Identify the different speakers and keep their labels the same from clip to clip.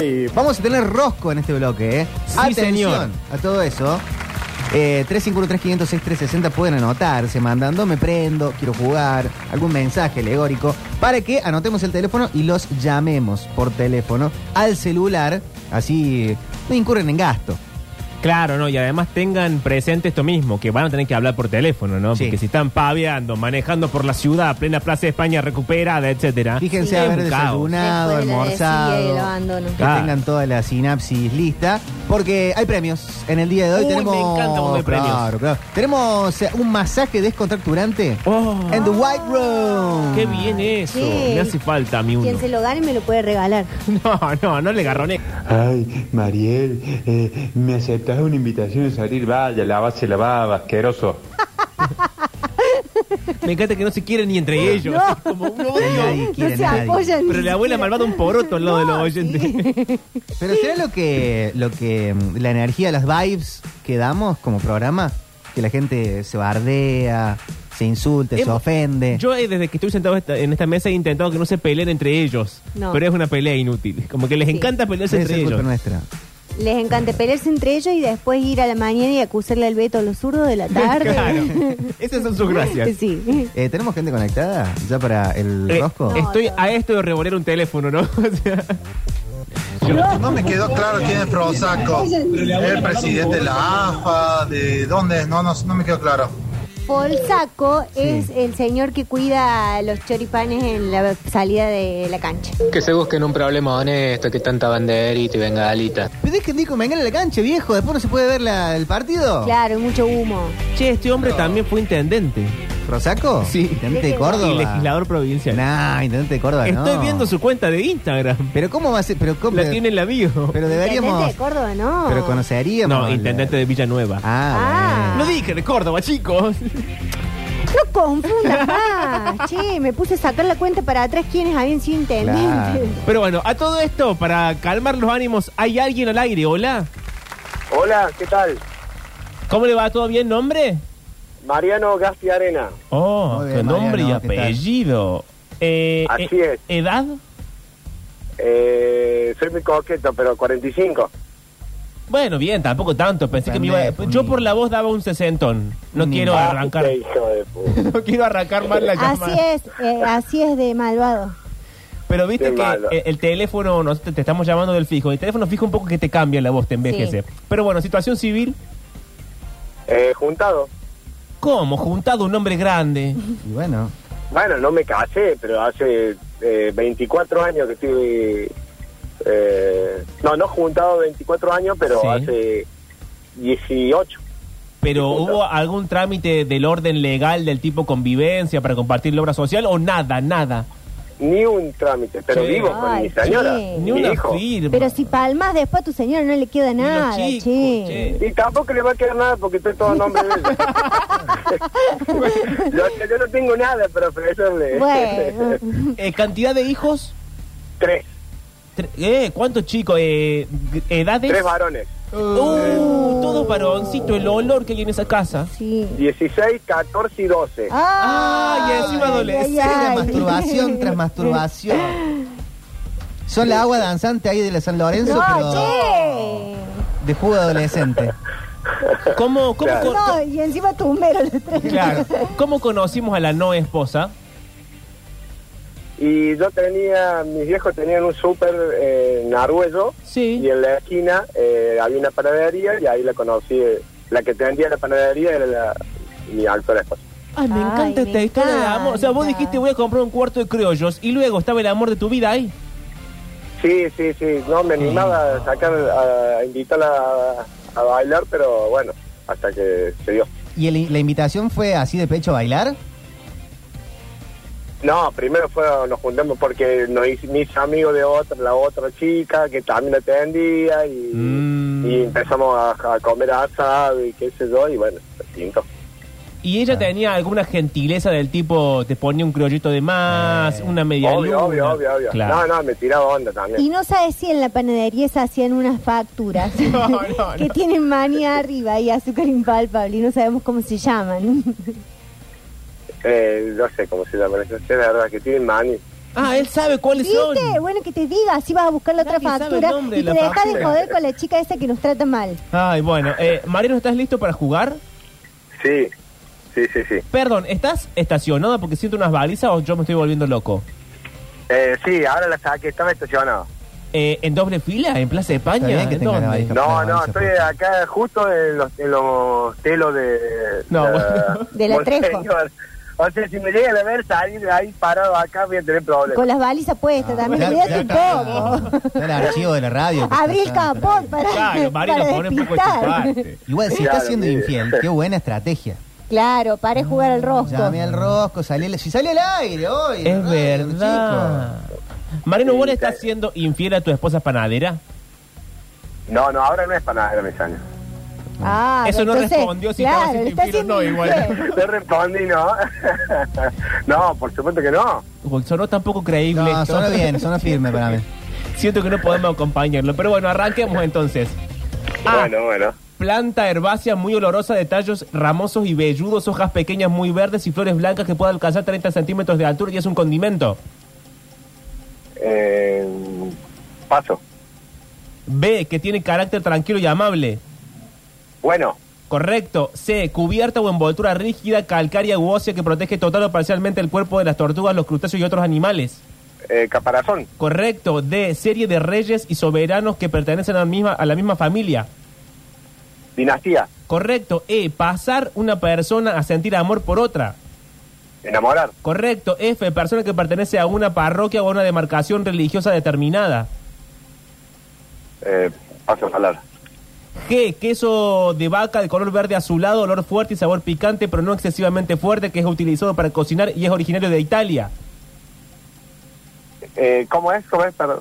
Speaker 1: Y
Speaker 2: Vamos a tener rosco en este bloque, ¿eh?
Speaker 1: Sí,
Speaker 2: Atención
Speaker 1: señor.
Speaker 2: a todo eso. Eh, 351-3506-360 pueden anotarse mandando me prendo, quiero jugar, algún mensaje alegórico para que anotemos el teléfono y los llamemos por teléfono al celular, así no incurren en gasto.
Speaker 1: Claro, ¿no? Y además tengan presente esto mismo, que van a tener que hablar por teléfono, ¿no?
Speaker 2: Sí.
Speaker 1: Porque si están paveando, manejando por la ciudad, plena Plaza de España recuperada, etcétera.
Speaker 2: Fíjense
Speaker 1: Ah, es
Speaker 2: haber
Speaker 1: un caos.
Speaker 2: desayunado,
Speaker 3: Después de la desidia y
Speaker 2: almorzado.
Speaker 3: el abandono.
Speaker 2: Que
Speaker 1: Claro.
Speaker 2: tengan toda la sinapsis lista, porque hay premios en el día de hoy.
Speaker 1: Uy, me
Speaker 2: tenemos,
Speaker 1: encanta cuando hay premios.
Speaker 2: Claro, claro. Tenemos eh, un masaje descontracturante
Speaker 1: Oh,
Speaker 2: en The White Room.
Speaker 1: ¡Qué bien eso!
Speaker 3: Sí.
Speaker 1: Me hace falta a mí uno.
Speaker 3: Quien se lo gane me lo puede regalar.
Speaker 1: No, no, no le garroné.
Speaker 4: Ay, Mariel, eh, ¿me aceptas una invitación a salir? Vaya, lavase la baba, asqueroso.
Speaker 1: Me encanta que no se quieren ni entre ellos. Es Como un
Speaker 2: Nadie
Speaker 1: odio.
Speaker 3: No
Speaker 2: quiere
Speaker 3: se
Speaker 2: a nadie.
Speaker 3: apoyan.
Speaker 1: Pero la abuela malvada un poroto al lado de los
Speaker 3: No,
Speaker 1: oyentes.
Speaker 2: Pero será lo que, lo que mm, la energía, las vibes que damos como programa, que la gente se bardea, se insulta, se
Speaker 1: Hemos-
Speaker 2: ofende.
Speaker 1: Yo eh, desde que estoy sentado esta- en esta mesa he intentado que no se peleen entre ellos.
Speaker 3: No.
Speaker 1: Pero es una pelea inútil. Como que les
Speaker 3: Sí.
Speaker 1: encanta pelearse
Speaker 2: Esa es
Speaker 1: entre
Speaker 2: culpa
Speaker 1: ellos.
Speaker 2: nuestra.
Speaker 3: Les encanta pelearse entre ellos y después ir a la mañana y acusarle al Beto a los zurdos de la tarde.
Speaker 1: Claro. Esas son sus gracias.
Speaker 3: Sí.
Speaker 2: Eh, ¿Tenemos gente conectada ya para el
Speaker 1: Eh,
Speaker 2: rosco?
Speaker 3: No.
Speaker 1: estoy a esto de revolear un teléfono, ¿no? O sea,
Speaker 5: pues, No me quedó claro quién es Prosaco. El presidente de la AFA, de dónde, no, no, no me quedó claro.
Speaker 3: Polsaco es el señor que cuida los choripanes en la salida de la cancha.
Speaker 6: Que se busquen un problema honesto, que tanta banderita y bengalita.
Speaker 2: Pero dejen de ir con Bengala a la cancha, viejo. Después no se puede ver la- el
Speaker 1: Oh.
Speaker 2: partido.
Speaker 3: Claro, mucho humo.
Speaker 1: che, este hombre también fue intendente
Speaker 2: ¿Rosaco?
Speaker 1: Sí.
Speaker 2: Intendente de
Speaker 1: y
Speaker 2: Córdoba.
Speaker 1: legislador provincial.
Speaker 2: Nah, intendente de Córdoba, no.
Speaker 1: Estoy viendo su cuenta de Instagram.
Speaker 2: Pero ¿cómo va a ser? Pero, ¿cómo?
Speaker 1: La tiene en la bio.
Speaker 2: pero
Speaker 3: Intendente
Speaker 2: deberíamos...
Speaker 3: de Córdoba, ¿no?
Speaker 2: Pero conoceríamos...
Speaker 1: No,
Speaker 2: al-
Speaker 1: intendente de Villanueva.
Speaker 2: Ah,
Speaker 3: Ah.
Speaker 1: No dije de Córdoba, chicos.
Speaker 3: No confundas más. che, me puse a sacar la cuenta para atrás quiénes habían sido intendentes.
Speaker 2: Claro.
Speaker 1: Pero bueno, a todo esto, para calmar los ánimos, ¿hay alguien al aire? Hola.
Speaker 7: Hola, ¿qué tal?
Speaker 1: ¿Cómo le va? ¿Todo bien, nombre?
Speaker 7: Mariano Gaspi Arena.
Speaker 1: Oh,
Speaker 2: Muy bien,
Speaker 1: con nombre
Speaker 2: Mariano,
Speaker 1: y
Speaker 2: ¿qué tal?
Speaker 1: apellido. Eh,
Speaker 7: Así
Speaker 1: eh,
Speaker 7: es.
Speaker 1: ¿Edad?
Speaker 7: Eh, soy muy coqueto, pero 45.
Speaker 1: Bueno, bien, tampoco tanto. Pensé que me iba.
Speaker 2: Pendejo,
Speaker 1: Yo
Speaker 2: ni-
Speaker 1: por la voz daba un sesentón. No
Speaker 2: Ni-
Speaker 1: quiero
Speaker 7: Ah,
Speaker 1: arrancar.
Speaker 7: qué hijo de puta.
Speaker 1: No quiero arrancar mal la llamada.
Speaker 3: Así es, eh, así es de malvado.
Speaker 1: Pero viste
Speaker 7: Qué
Speaker 1: que
Speaker 7: malo.
Speaker 1: eh, el teléfono, nosotros te estamos llamando del fijo. El teléfono fijo un poco que te cambia la voz, te envejece. Pero bueno, situación civil,
Speaker 7: Eh, juntado.
Speaker 1: ¿cómo? Juntado un hombre grande.
Speaker 2: Y bueno,
Speaker 7: Bueno, no me casé, pero hace eh, 24 años que estoy... eh, no, no juntado 24 años, pero
Speaker 1: Sí.
Speaker 7: hace 18.
Speaker 1: Pero
Speaker 7: Juntado.
Speaker 1: ¿hubo algún trámite del orden legal del tipo convivencia para compartir la obra social o nada, nada?
Speaker 7: Ni un trámite, pero
Speaker 1: Che.
Speaker 7: vivo con
Speaker 3: Ay,
Speaker 7: mi señora,
Speaker 3: che.
Speaker 1: Ni
Speaker 7: mi
Speaker 1: una
Speaker 7: hijo.
Speaker 1: firma.
Speaker 3: Pero si palmas después a tu señora no le queda
Speaker 1: Ni los
Speaker 3: nada,
Speaker 1: chicos,
Speaker 3: che.
Speaker 1: che.
Speaker 7: Y tampoco le va a quedar nada porque estoy todo a nombre de ella. yo, yo no tengo nada para ofrecerle.
Speaker 3: Bueno,
Speaker 1: Eh, ¿Cantidad de hijos?
Speaker 7: Tres.
Speaker 1: Tre- Eh, ¿Cuántos chicos? Eh, g- ¿Edades?
Speaker 7: Tres varones.
Speaker 1: Uh, todo varoncito, el olor que hay en esa casa.
Speaker 3: sí.
Speaker 7: 16, 14 y 12.
Speaker 1: Ah, y encima
Speaker 3: Ay,
Speaker 1: adolescente,
Speaker 3: ay, ay.
Speaker 2: masturbación tras masturbación. Son la agua danzante ahí de la San Lorenzo,
Speaker 3: No,
Speaker 2: pero
Speaker 3: che.
Speaker 2: de jugo adolescente.
Speaker 1: ¿Cómo, cómo,
Speaker 7: Claro.
Speaker 1: co-
Speaker 3: No, y encima tumbero los tres.
Speaker 1: Claro. ¿Cómo conocimos a la no esposa?
Speaker 7: Y yo tenía, mis viejos tenían un súper eh, en Argüello y
Speaker 1: Sí.
Speaker 7: en la esquina eh, había una panadería y ahí la conocí. eh, La que tendía la panadería era la, mi actual esposa.
Speaker 1: Ay, me
Speaker 3: Ay,
Speaker 1: encanta
Speaker 3: me
Speaker 1: esta historia de amor. O sea, vos
Speaker 3: encanta.
Speaker 1: dijiste voy a comprar un cuarto de criollos y luego estaba el amor de tu vida ahí.
Speaker 7: Sí, sí, sí. No me animaba a sacar, a invitarla a, a bailar, pero bueno, hasta que se dio.
Speaker 2: ¿Y el- la invitación fue así de pecho a bailar?
Speaker 7: No, primero fue, nos juntamos porque nos hice- me hice amigo de otra, la otra chica que también atendía y,
Speaker 1: Mm.
Speaker 7: y empezamos a, a comer asado y qué sé yo y bueno, distinto.
Speaker 1: Y ella tenía alguna gentileza del tipo, te ponía un criollito de más, una media
Speaker 7: Eh, Obvio,
Speaker 1: luna.
Speaker 7: obvio, obvio, obvio.
Speaker 1: Claro.
Speaker 7: No, no, me tiraba onda también.
Speaker 3: Y no sabes si en la panadería se hacían unas facturas
Speaker 1: No, no,
Speaker 3: que
Speaker 1: no.
Speaker 3: tienen manía arriba y azúcar impalpable y no sabemos cómo se llaman.
Speaker 7: Eh, no sé cómo se llama, es la verdad que tienen mani.
Speaker 1: Ah, él sabe cuáles son.
Speaker 3: ¿Viste? Bueno, que te diga, así vas a buscar la otra
Speaker 1: Nadie sabe el
Speaker 3: factura
Speaker 1: nombre de
Speaker 3: y te
Speaker 1: la
Speaker 3: dejas de
Speaker 1: factura.
Speaker 3: joder con la chica esa que nos trata mal.
Speaker 1: Ay, bueno. Eh, Mariano, ¿estás listo para jugar?
Speaker 7: Sí, sí, sí, sí.
Speaker 1: Perdón, ¿estás estacionado porque siento unas balizas o yo me estoy volviendo loco?
Speaker 7: Eh, sí, ahora la saqué, estaba estacionado.
Speaker 1: Eh, ¿En doble fila? ¿En Plaza de España?
Speaker 2: bien que
Speaker 1: ¿En
Speaker 2: tenga la
Speaker 1: dónde?
Speaker 2: valija.
Speaker 7: No,
Speaker 2: Capaz,
Speaker 7: no,
Speaker 2: avisa,
Speaker 7: estoy
Speaker 2: Jorge.
Speaker 7: acá justo en los, en los telos de...
Speaker 1: No, bueno.
Speaker 3: De la Trejo.
Speaker 7: Monseñor. O sea, si me llegan a ver salir ahí parado acá, voy a tener problemas.
Speaker 3: Con las balizas puestas Este
Speaker 1: Ah,
Speaker 3: también.
Speaker 2: Ah, Ya-
Speaker 3: Olvídate
Speaker 2: ya
Speaker 3: un
Speaker 2: está-
Speaker 3: poco.
Speaker 2: está el archivo de la radio. que
Speaker 3: Abrí el
Speaker 2: está-
Speaker 3: capón para,
Speaker 1: Claro, Mariano,
Speaker 3: para
Speaker 1: pone un poco de tu
Speaker 3: despistar.
Speaker 1: parte.
Speaker 2: Igual, si
Speaker 7: Claro,
Speaker 2: está siendo
Speaker 7: sí.
Speaker 2: infiel, qué buena estrategia.
Speaker 3: Claro, paré de jugar al
Speaker 1: Ah,
Speaker 3: rosco.
Speaker 2: Llamé al rosco, salí al- si sale al aire hoy.
Speaker 1: Es
Speaker 2: radio,
Speaker 1: verdad. Marino, ¿vos le estás siendo infiel a tu esposa panadera?
Speaker 7: No, no, ahora no es para nada, mis años.
Speaker 3: Ah,
Speaker 1: Eso no
Speaker 3: entonces,
Speaker 1: respondió si
Speaker 3: claro,
Speaker 1: estaba siendo
Speaker 3: le está
Speaker 1: infiel o no,
Speaker 3: haciendo
Speaker 1: igual.
Speaker 3: infiel.
Speaker 7: No respondí, ¿no? no, por supuesto que no.
Speaker 1: Uy, Sonó tampoco creíble.
Speaker 2: chico. No,
Speaker 1: esto.
Speaker 2: suena bien, suena firme para mí.
Speaker 1: Siento que no podemos acompañarlo, pero bueno, arranquemos entonces.
Speaker 3: Ah.
Speaker 1: A,
Speaker 7: Bueno, bueno.
Speaker 1: Planta herbácea muy olorosa de tallos ramosos y velludos, hojas pequeñas muy verdes y flores blancas que puede alcanzar 30 centímetros de altura y es un condimento.
Speaker 7: Eh, paso.
Speaker 1: B, que tiene carácter tranquilo y amable.
Speaker 7: Bueno,
Speaker 1: Correcto. C, cubierta o envoltura rígida, calcárea u ósea que protege total o parcialmente el cuerpo de las tortugas, los crustáceos y otros animales.
Speaker 7: eh, caparazón.
Speaker 1: Correcto. D, serie de reyes y soberanos que pertenecen a la misma, a la misma familia.
Speaker 7: Dinastía.
Speaker 1: Correcto. E, pasar una persona a sentir amor por otra.
Speaker 7: Enamorar.
Speaker 1: Correcto. F, persona que pertenece a una parroquia o a una demarcación religiosa determinada.
Speaker 7: Eh, paso a hablar.
Speaker 1: G, queso de vaca de color verde azulado, olor fuerte y sabor picante, pero no excesivamente fuerte, que es utilizado para cocinar y es originario de Italia.
Speaker 7: Eh, ¿Cómo es? ¿Cómo es? Perdón.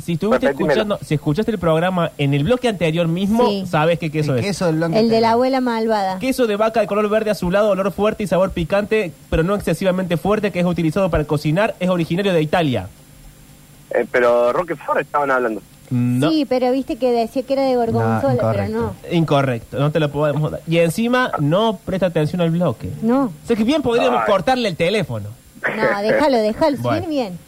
Speaker 1: Si estuviste
Speaker 7: Repetímelo.
Speaker 1: escuchando, si escuchaste el programa en el bloque anterior mismo,
Speaker 3: Sí.
Speaker 1: sabes qué queso
Speaker 2: El
Speaker 1: es.
Speaker 2: queso del blanco
Speaker 3: El de la
Speaker 2: italiano.
Speaker 3: abuela malvada.
Speaker 1: Queso de vaca de color verde azulado, olor fuerte y sabor picante, pero no excesivamente fuerte, que es utilizado para cocinar, es originario de Italia.
Speaker 7: Eh, pero Roquefort estaban hablando.
Speaker 1: No.
Speaker 3: Sí, pero viste que decía que era de gorgonzola,
Speaker 2: No,
Speaker 3: pero
Speaker 2: incorrecto.
Speaker 3: no.
Speaker 1: Incorrecto, no te lo podemos dar. Y encima, no presta atención al bloque.
Speaker 3: No,
Speaker 1: O sea que bien podríamos
Speaker 7: Ay.
Speaker 1: cortarle el teléfono.
Speaker 3: no, déjalo, déjalo. si
Speaker 1: Bueno.
Speaker 3: viene bien.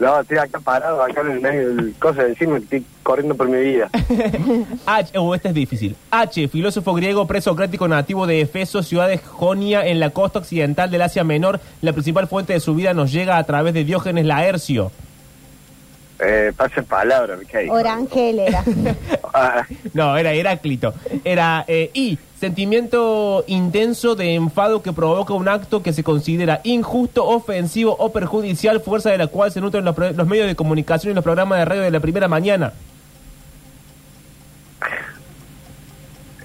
Speaker 7: No, estoy acá parado, acá en el medio del cosa de encima, estoy corriendo por mi vida.
Speaker 1: H, oh, este es difícil. H, filósofo griego presocrático nativo de Efeso, ciudad de Jonia, en la costa occidental del Asia Menor. La principal fuente de su vida nos llega a través de Diógenes Laercio.
Speaker 7: Eh, pase palabra, Mijail.
Speaker 3: Orangel era.
Speaker 7: Ah,
Speaker 1: No, era Heráclito. Era eh, I. Sentimiento intenso de enfado que provoca un acto que se considera injusto, ofensivo o perjudicial, fuerza de la cual se nutren los, pro- los medios de comunicación y los programas de radio de la primera mañana.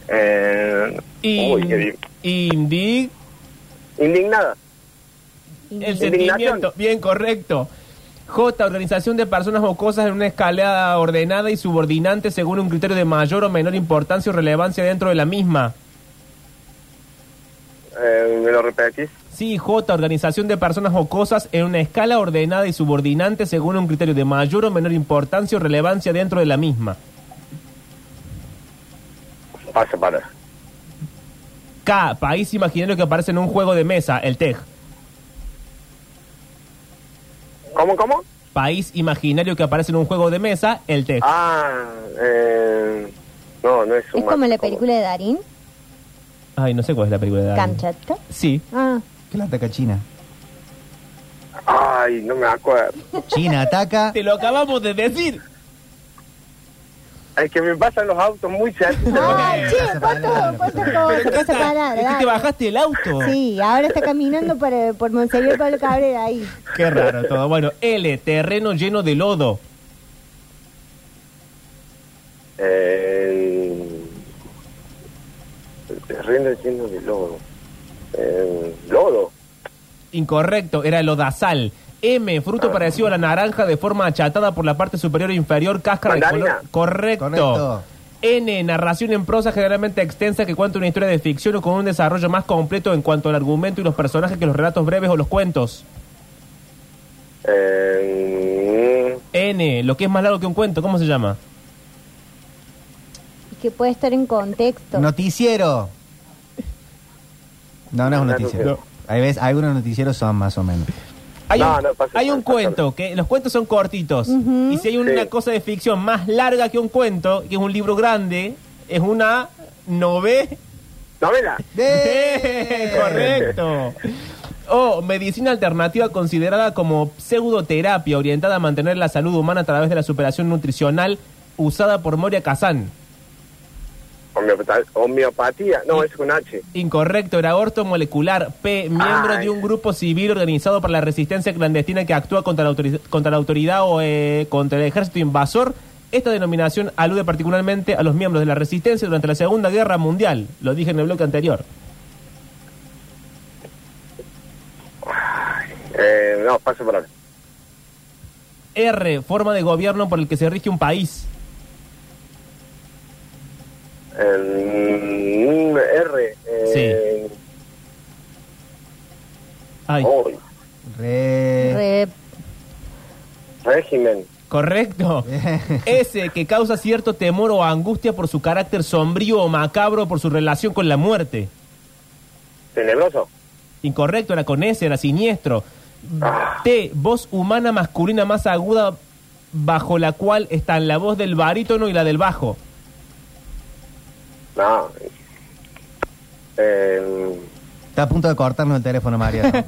Speaker 7: eh,
Speaker 1: Y,
Speaker 7: uy, qué di-
Speaker 1: indi-
Speaker 7: Indignada.
Speaker 1: el
Speaker 7: Indignación.
Speaker 1: sentimiento, bien correcto. J, organización de personas o cosas en una escalada ordenada y subordinante según un criterio de mayor o menor importancia o relevancia dentro de la misma.
Speaker 7: Eh, ¿Me lo repetís?
Speaker 1: Sí, J, organización de personas o cosas en una escala ordenada y subordinante según un criterio de mayor o menor importancia o relevancia dentro de la misma.
Speaker 7: Pase palabra.
Speaker 1: K, país imaginario que aparece en un juego de mesa, el E TEG.
Speaker 7: ¿Cómo, cómo?
Speaker 1: País imaginario que aparece en un juego de mesa, el E TEG.
Speaker 7: Ah, eh, no, no es un
Speaker 3: Es como la película de Darín,
Speaker 1: Ay, no sé cuál es la película de Darín.
Speaker 3: Kamchatka.
Speaker 1: Sí.
Speaker 3: Ah,
Speaker 2: ¿Qué la ataca China?
Speaker 7: Ay, no me acuerdo.
Speaker 2: China ataca.
Speaker 1: Te lo acabamos de decir.
Speaker 7: Es que me pasan los autos muy cerca.
Speaker 3: Ay, Ah, che, ¿cuánto, cuánto
Speaker 1: Pero
Speaker 3: cosa
Speaker 1: ¿qué tal?
Speaker 3: parada?
Speaker 1: ¿Es que te
Speaker 3: dale.
Speaker 1: bajaste el auto?
Speaker 3: Sí, ahora está caminando para, por Monseñor Pablo Cabrera ahí.
Speaker 1: Qué raro todo. Bueno, L, terreno lleno de lodo.
Speaker 7: Eh, el terreno lleno de lodo. Eh, lodo.
Speaker 1: Incorrecto, era lodazal. M, fruto parecido a la naranja de forma achatada por la parte superior e inferior, cáscara de
Speaker 7: Mandarina.
Speaker 1: color. Correcto.
Speaker 2: Correcto.
Speaker 1: N, narración en prosa generalmente extensa que cuenta una historia de ficción o con un desarrollo más completo en cuanto al argumento y los personajes que los relatos breves o los cuentos.
Speaker 7: Eh,
Speaker 1: N, lo que es más largo que un cuento, ¿cómo se llama?
Speaker 3: Y que puede estar en contexto.
Speaker 2: Noticiero. No, no es un noticiero. Hay veces, algunos noticieros son más o menos.
Speaker 1: Hay,
Speaker 7: No,
Speaker 1: un,
Speaker 7: no, pasa,
Speaker 1: hay un
Speaker 7: pasa,
Speaker 1: cuento, que los cuentos son cortitos.
Speaker 3: Ujú.
Speaker 1: Y si hay una
Speaker 7: Sí.
Speaker 1: cosa de ficción más larga que un cuento, que es un libro grande, es una novela.
Speaker 7: Novela.
Speaker 1: ¡Eh! Correcto. O medicina alternativa considerada como pseudoterapia orientada a mantener la salud humana a través de la superación nutricional usada por Moria Kazan.
Speaker 7: Homeopata- Homeopatía. No, es un H.
Speaker 1: Incorrecto, era aborto molecular. P, miembro
Speaker 7: Ay.
Speaker 1: de un grupo civil organizado para la resistencia clandestina que actúa contra la, autori- contra la autoridad o eh, contra el ejército invasor. Esta denominación alude particularmente a los miembros de la resistencia durante la Segunda Guerra Mundial. Lo dije en el bloque anterior.
Speaker 7: Eh, no, paso por ahora.
Speaker 1: R, forma de gobierno por el que se rige un país.
Speaker 7: Eh, mm, R. Eh,
Speaker 1: Ay.
Speaker 7: uy,
Speaker 2: Re.
Speaker 3: Re-
Speaker 7: régimen.
Speaker 1: Correcto. Ese que causa cierto temor o angustia por su carácter sombrío o macabro por su relación con la muerte.
Speaker 7: Tenebroso.
Speaker 1: Incorrecto, era con ese, era siniestro. T, voz humana masculina más aguda bajo la cual están la voz del barítono y la del bajo.
Speaker 7: No. Eh,
Speaker 2: Está a punto de cortarnos el teléfono, Mariano.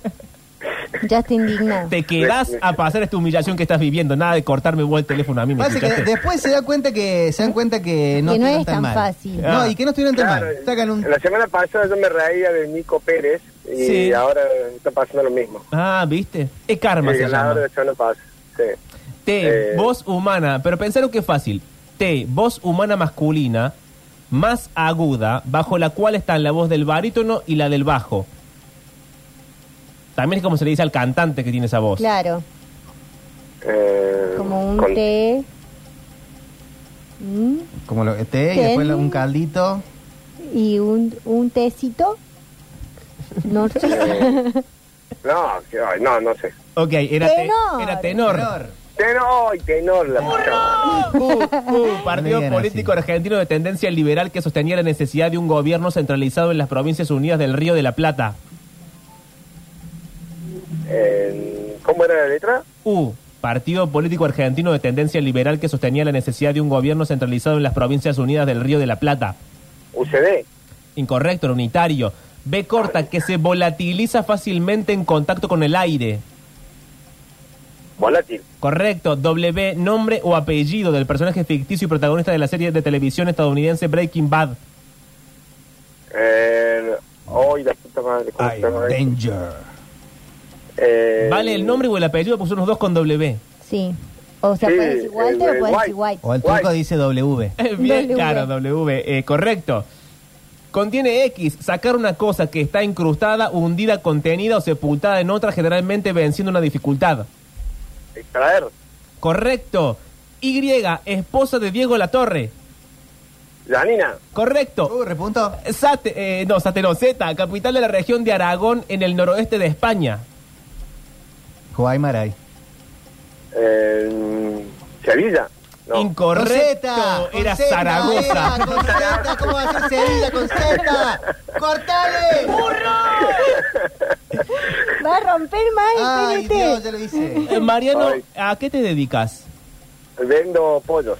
Speaker 3: Ya está indignado.
Speaker 1: Te quedás a pasar esta humillación que estás viviendo. Nada de cortarme vos el teléfono a mí, ¿me
Speaker 2: Pasa que
Speaker 1: escuchaste?
Speaker 2: después se da cuenta que se dan cuenta que no
Speaker 3: Que no
Speaker 2: estuvieron
Speaker 3: es tan
Speaker 2: mal.
Speaker 3: fácil.
Speaker 2: No, y que no estuvieron tan
Speaker 7: claro,
Speaker 2: mal. Sacan un
Speaker 7: La semana pasada yo me reía de Nico Pérez y
Speaker 1: Sí.
Speaker 7: ahora está pasando lo mismo.
Speaker 1: Ah, ¿viste? Es karma
Speaker 7: El
Speaker 1: se llama.
Speaker 7: ganador de la semana pasada. Sí.
Speaker 1: T,
Speaker 7: Eh.
Speaker 1: voz humana, pero pensar que es fácil. T, voz humana masculina, más aguda, bajo la cual están la voz del barítono y la del bajo. También es como se le dice al cantante que tiene esa voz.
Speaker 3: Claro,
Speaker 7: Eh,
Speaker 3: como un
Speaker 7: con-
Speaker 3: té. Mm,
Speaker 2: como lo té y después lo- un caldito.
Speaker 3: Y un, un tecito. No sé.
Speaker 7: Eh. No, que- ay, no, no sé.
Speaker 1: Ok, era te-
Speaker 3: Tenor.
Speaker 1: era tenor.
Speaker 7: Tenor, tenor, la puta
Speaker 1: Uh, uh, partido
Speaker 2: Bien,
Speaker 1: político
Speaker 2: así.
Speaker 1: argentino de tendencia liberal que sostenía la necesidad de un gobierno centralizado en las provincias unidas del Río de la Plata.
Speaker 7: madre. Eh, ¿Cómo era la letra?
Speaker 1: U. Partido político argentino de tendencia liberal que sostenía la necesidad de un gobierno centralizado en las provincias unidas del Río de la Plata.
Speaker 7: UCD.
Speaker 1: Incorrecto, era unitario. B corta, que se volatiliza fácilmente en contacto con el aire.
Speaker 7: Volátil.
Speaker 1: Correcto. W, nombre o apellido del personaje ficticio y protagonista de la serie de televisión estadounidense Breaking Bad.
Speaker 7: Eh, ay, la puta madre. ¿cómo se llama?
Speaker 2: Danger.
Speaker 7: Eh,
Speaker 1: ¿Vale el nombre o el apellido? Puso unos dos con W.
Speaker 3: Sí. O sea,
Speaker 7: Sí,
Speaker 3: puede decir Walter
Speaker 7: el-
Speaker 3: o
Speaker 7: el
Speaker 3: puede decir
Speaker 7: White.
Speaker 3: White.
Speaker 2: O el
Speaker 7: Guay.
Speaker 2: turco dice W.
Speaker 1: Bien,
Speaker 3: W.
Speaker 1: claro, W. eh, correcto. Contiene X, sacar una cosa que está incrustada, hundida, contenida o sepultada en otra, generalmente venciendo una dificultad.
Speaker 7: Extraer.
Speaker 1: Correcto. Y, esposa de Diego Latorre.
Speaker 7: Janina.
Speaker 1: Correcto.
Speaker 2: Uh, repunto.
Speaker 1: Sate, eh, no, Sate no, Zeta, capital de la región de Aragón en el noroeste de España.
Speaker 2: Juay Maray.
Speaker 7: Eh, Sevilla. No.
Speaker 1: Incorrecto,
Speaker 2: Con
Speaker 1: era
Speaker 2: Z,
Speaker 1: Zaragoza.
Speaker 2: era Con Z, ¿cómo va a ser Sevilla con Z? ¡Cortale!
Speaker 3: Va a romper más el
Speaker 1: este
Speaker 2: ¡Ay, Dios,
Speaker 3: PNT.
Speaker 2: ya lo hice!
Speaker 1: Eh, Mariano,
Speaker 7: Ay.
Speaker 1: ¿a qué te dedicas?
Speaker 7: Vendo pollos.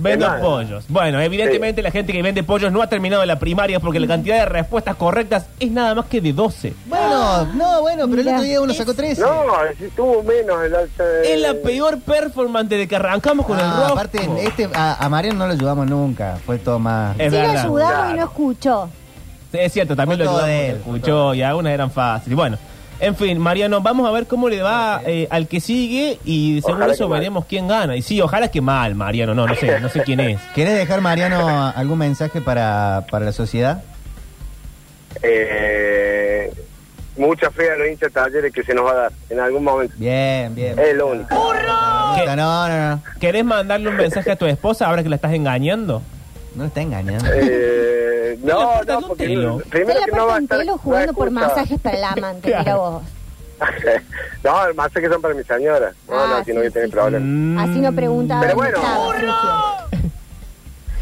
Speaker 1: Vendo
Speaker 7: Nada.
Speaker 1: pollos. Bueno, evidentemente la gente que vende pollos no ha terminado la primaria porque la cantidad de respuestas correctas es nada más que de 12.
Speaker 2: Bueno, no, bueno, pero el
Speaker 3: Mira,
Speaker 2: otro día uno
Speaker 3: es-
Speaker 2: sacó 13.
Speaker 7: No, si tuvo menos el alza.
Speaker 1: Es
Speaker 2: Eh.
Speaker 1: la peor performance desde que arrancamos con el
Speaker 2: Ah,
Speaker 1: rock.
Speaker 2: aparte, este, a, a Mariano no lo ayudamos nunca. Fue todo más.
Speaker 1: Es
Speaker 3: Sí, lo
Speaker 1: verdad.
Speaker 3: ayudamos y no escuchó.
Speaker 1: Es cierto, también lo
Speaker 2: Fue todo
Speaker 1: ayudamos,
Speaker 2: de él,
Speaker 1: lo escuchó y algunas eran fáciles. Bueno, en fin, Mariano, vamos a ver cómo le va eh, al que sigue y según
Speaker 7: Ojalá
Speaker 1: eso
Speaker 7: que mal.
Speaker 1: veremos quién gana. Y sí, ojalá que mal, Mariano, no, no sé, no sé quién es.
Speaker 2: ¿Querés dejar, Mariano, algún mensaje para, para la sociedad?
Speaker 7: Eh, mucha fe a los hinchas talleres que se nos va a dar en algún momento.
Speaker 2: Bien, bien.
Speaker 7: Es lo único.
Speaker 1: Eh, ¿Qué?
Speaker 2: No, no, no.
Speaker 1: ¿Querés mandarle un mensaje a tu esposa ahora que la estás engañando?
Speaker 2: No lo está engañando.
Speaker 7: Eh,
Speaker 1: Te la
Speaker 7: no,
Speaker 1: aportan
Speaker 7: no,
Speaker 1: un
Speaker 7: porque
Speaker 1: telo.
Speaker 7: primero
Speaker 3: Está
Speaker 7: que
Speaker 3: la
Speaker 7: no va
Speaker 3: parte
Speaker 7: a
Speaker 3: un
Speaker 7: estar.
Speaker 3: pelo jugando
Speaker 7: no
Speaker 3: por
Speaker 7: escucha.
Speaker 3: masajes para el amante, mira
Speaker 1: Claro.
Speaker 3: vos.
Speaker 7: no, el masaje son para mi señora. No,
Speaker 3: Ah,
Speaker 7: no, si no
Speaker 3: sí,
Speaker 7: voy a tener
Speaker 3: sí,
Speaker 7: problemas.
Speaker 1: Mm.
Speaker 3: Así no preguntaba.
Speaker 7: Pero
Speaker 3: dónde
Speaker 7: bueno.
Speaker 3: estaba, Sergio.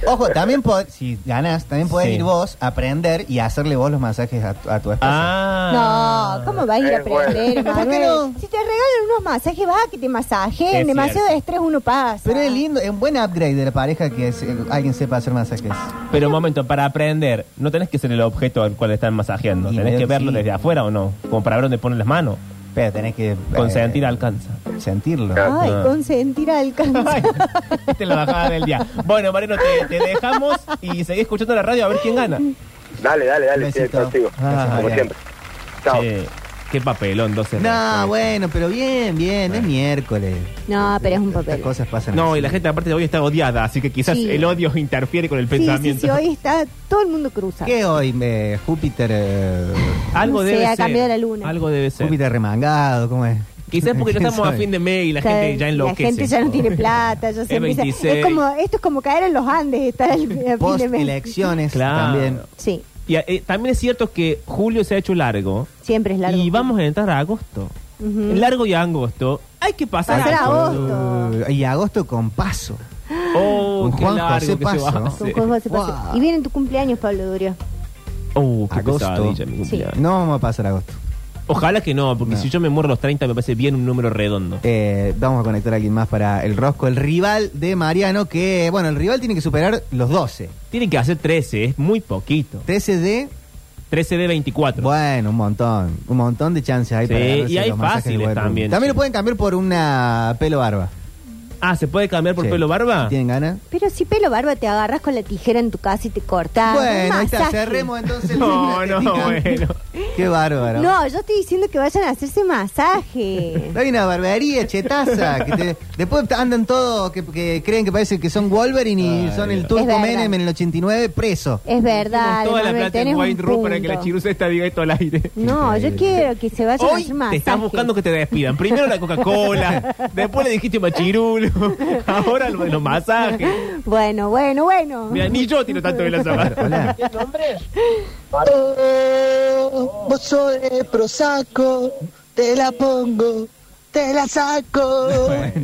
Speaker 2: Ojo, también pod- si ganas, también podés
Speaker 1: Sí.
Speaker 2: ir vos a aprender y hacerle vos los masajes a tu, a tu esposa.
Speaker 1: Ah.
Speaker 3: No, ¿cómo vas a ir a
Speaker 7: Eh, bueno.
Speaker 3: aprender,
Speaker 2: ¿Por qué
Speaker 3: Manuel?
Speaker 2: no?
Speaker 3: Si te regalo los masajes, va, que te masajeen.
Speaker 1: Es
Speaker 3: Demasiado
Speaker 1: cierto.
Speaker 3: estrés uno pasa.
Speaker 2: Pero es lindo, es un buen upgrade de la pareja que se- alguien sepa hacer masajes.
Speaker 1: Pero un momento, para aprender, no tenés que ser el objeto al cual están masajeando.
Speaker 2: Y
Speaker 1: Tenés
Speaker 2: ver,
Speaker 1: que verlo
Speaker 2: sí.
Speaker 1: desde afuera o no. Como para ver dónde ponen las manos.
Speaker 2: Pero tenés que... eh,
Speaker 1: Consentir alcanza.
Speaker 2: Sentirlo.
Speaker 3: Ay,
Speaker 1: Ah.
Speaker 3: consentir alcanza.
Speaker 1: Te la bajada del día. Bueno, Mariano, te, te dejamos y seguí escuchando la radio a ver quién gana.
Speaker 7: Dale, dale, dale, sí,
Speaker 2: Besito.
Speaker 7: consigo.
Speaker 2: Ah,
Speaker 7: como
Speaker 2: bien.
Speaker 7: siempre. Chao.
Speaker 1: Che, qué papelón, 12
Speaker 2: No, bueno, pero bien, bien, es miércoles.
Speaker 3: No, Ah, pero es un
Speaker 2: Estas
Speaker 3: papel.
Speaker 2: cosas pasan.
Speaker 1: No,
Speaker 2: así.
Speaker 1: y la gente aparte de hoy está odiada, así que quizás
Speaker 3: Sí.
Speaker 1: el odio interfiere con el
Speaker 3: Sí, sí,
Speaker 1: pensamiento.
Speaker 3: sí, hoy está todo el mundo cruzado.
Speaker 2: ¿Qué hoy? eh, Júpiter... eh,
Speaker 1: Algo
Speaker 3: No sé,
Speaker 1: debe
Speaker 3: ha
Speaker 1: ser.
Speaker 3: cambiado la luna.
Speaker 1: Algo debe ser.
Speaker 2: Júpiter remangado, ¿cómo es?
Speaker 1: Quizás porque ya
Speaker 2: ¿Quién
Speaker 1: estamos a
Speaker 2: sabe?
Speaker 1: fin de mes y la
Speaker 3: O sea,
Speaker 1: gente ya enloquece.
Speaker 3: La gente ya no tiene plata, ya
Speaker 1: Es
Speaker 3: se empieza.
Speaker 1: 26.
Speaker 3: Es como, esto es como caer en los Andes, estar al al fin
Speaker 2: Post
Speaker 3: de mes.
Speaker 2: elecciones
Speaker 1: Claro.
Speaker 2: también.
Speaker 3: Sí,
Speaker 1: Y eh, también es cierto que julio se ha hecho largo,
Speaker 3: siempre es largo.
Speaker 1: y vamos a entrar a agosto.
Speaker 3: Ujú.
Speaker 1: Largo y angosto. Hay que pasar
Speaker 3: Pasar
Speaker 1: a
Speaker 3: a agosto.
Speaker 2: Uh, y agosto con paso.
Speaker 1: Oh,
Speaker 2: Con
Speaker 1: qué
Speaker 2: Juan
Speaker 1: largo
Speaker 2: José
Speaker 1: que se va a
Speaker 2: Paso.
Speaker 1: hacer.
Speaker 3: Con Juan José Paso.
Speaker 2: Guau.
Speaker 3: Y viene tu cumpleaños, Pablo Durio.
Speaker 1: Oh, qué
Speaker 2: Agosto.
Speaker 1: pesadilla, mi cumpleaños.
Speaker 2: No vamos a pasar agosto.
Speaker 1: Ojalá que no, porque
Speaker 2: No.
Speaker 1: si yo me muero a los 30 me parece bien un número redondo.
Speaker 2: Eh, vamos a conectar a alguien más para el rosco. El rival de Mariano, que, bueno, el rival tiene que superar los 12.
Speaker 1: Tiene que hacer 13, es muy poquito.
Speaker 2: 13 de,
Speaker 1: 13 de 24.
Speaker 2: bueno, un montón. Un montón de chances hay
Speaker 1: Sí,
Speaker 2: para ganarse
Speaker 1: y hay
Speaker 2: los masajes
Speaker 1: fáciles
Speaker 2: de Whirlpool.
Speaker 1: también,
Speaker 2: También lo
Speaker 1: sí.
Speaker 2: pueden cambiar por una pelo barba.
Speaker 1: Ah, ¿se puede cambiar por
Speaker 2: Sí.
Speaker 1: pelo barba?
Speaker 2: ¿Tienen ganas?
Speaker 3: Pero si pelo barba te agarras con la tijera en tu casa y te cortas.
Speaker 2: bueno,
Speaker 3: Un
Speaker 2: ahí está,
Speaker 3: Ah, masaje.
Speaker 2: cerremos entonces.
Speaker 1: No,
Speaker 2: la
Speaker 1: no,
Speaker 2: estética.
Speaker 1: bueno.
Speaker 2: Qué bárbaro.
Speaker 3: No, yo estoy diciendo que vayan a hacerse masaje.
Speaker 2: Hay una barbería, chetaza. Que te- después andan todos que, que creen que parece que son Wolverine y son el turco
Speaker 3: verdad.
Speaker 2: Menem en el 89 preso.
Speaker 3: es verdad.
Speaker 1: Toda la
Speaker 3: Emanuel,
Speaker 1: plata
Speaker 3: tenés
Speaker 1: en
Speaker 3: un
Speaker 1: White Room para que la
Speaker 3: punto.
Speaker 1: chirusa esta diga esto al aire.
Speaker 3: No, yo quiero que se vayan a
Speaker 1: Hoy
Speaker 3: hacer masaje.
Speaker 1: te están buscando que te despidan. Primero la Coca-Cola, después le dijiste machirulo, ahora lo de los masajes.
Speaker 3: Bueno, bueno, bueno.
Speaker 1: Mira, ni yo tiro tanto de la sábana.
Speaker 8: Eh, Vos sos el prosaco, te la pongo, te la saco.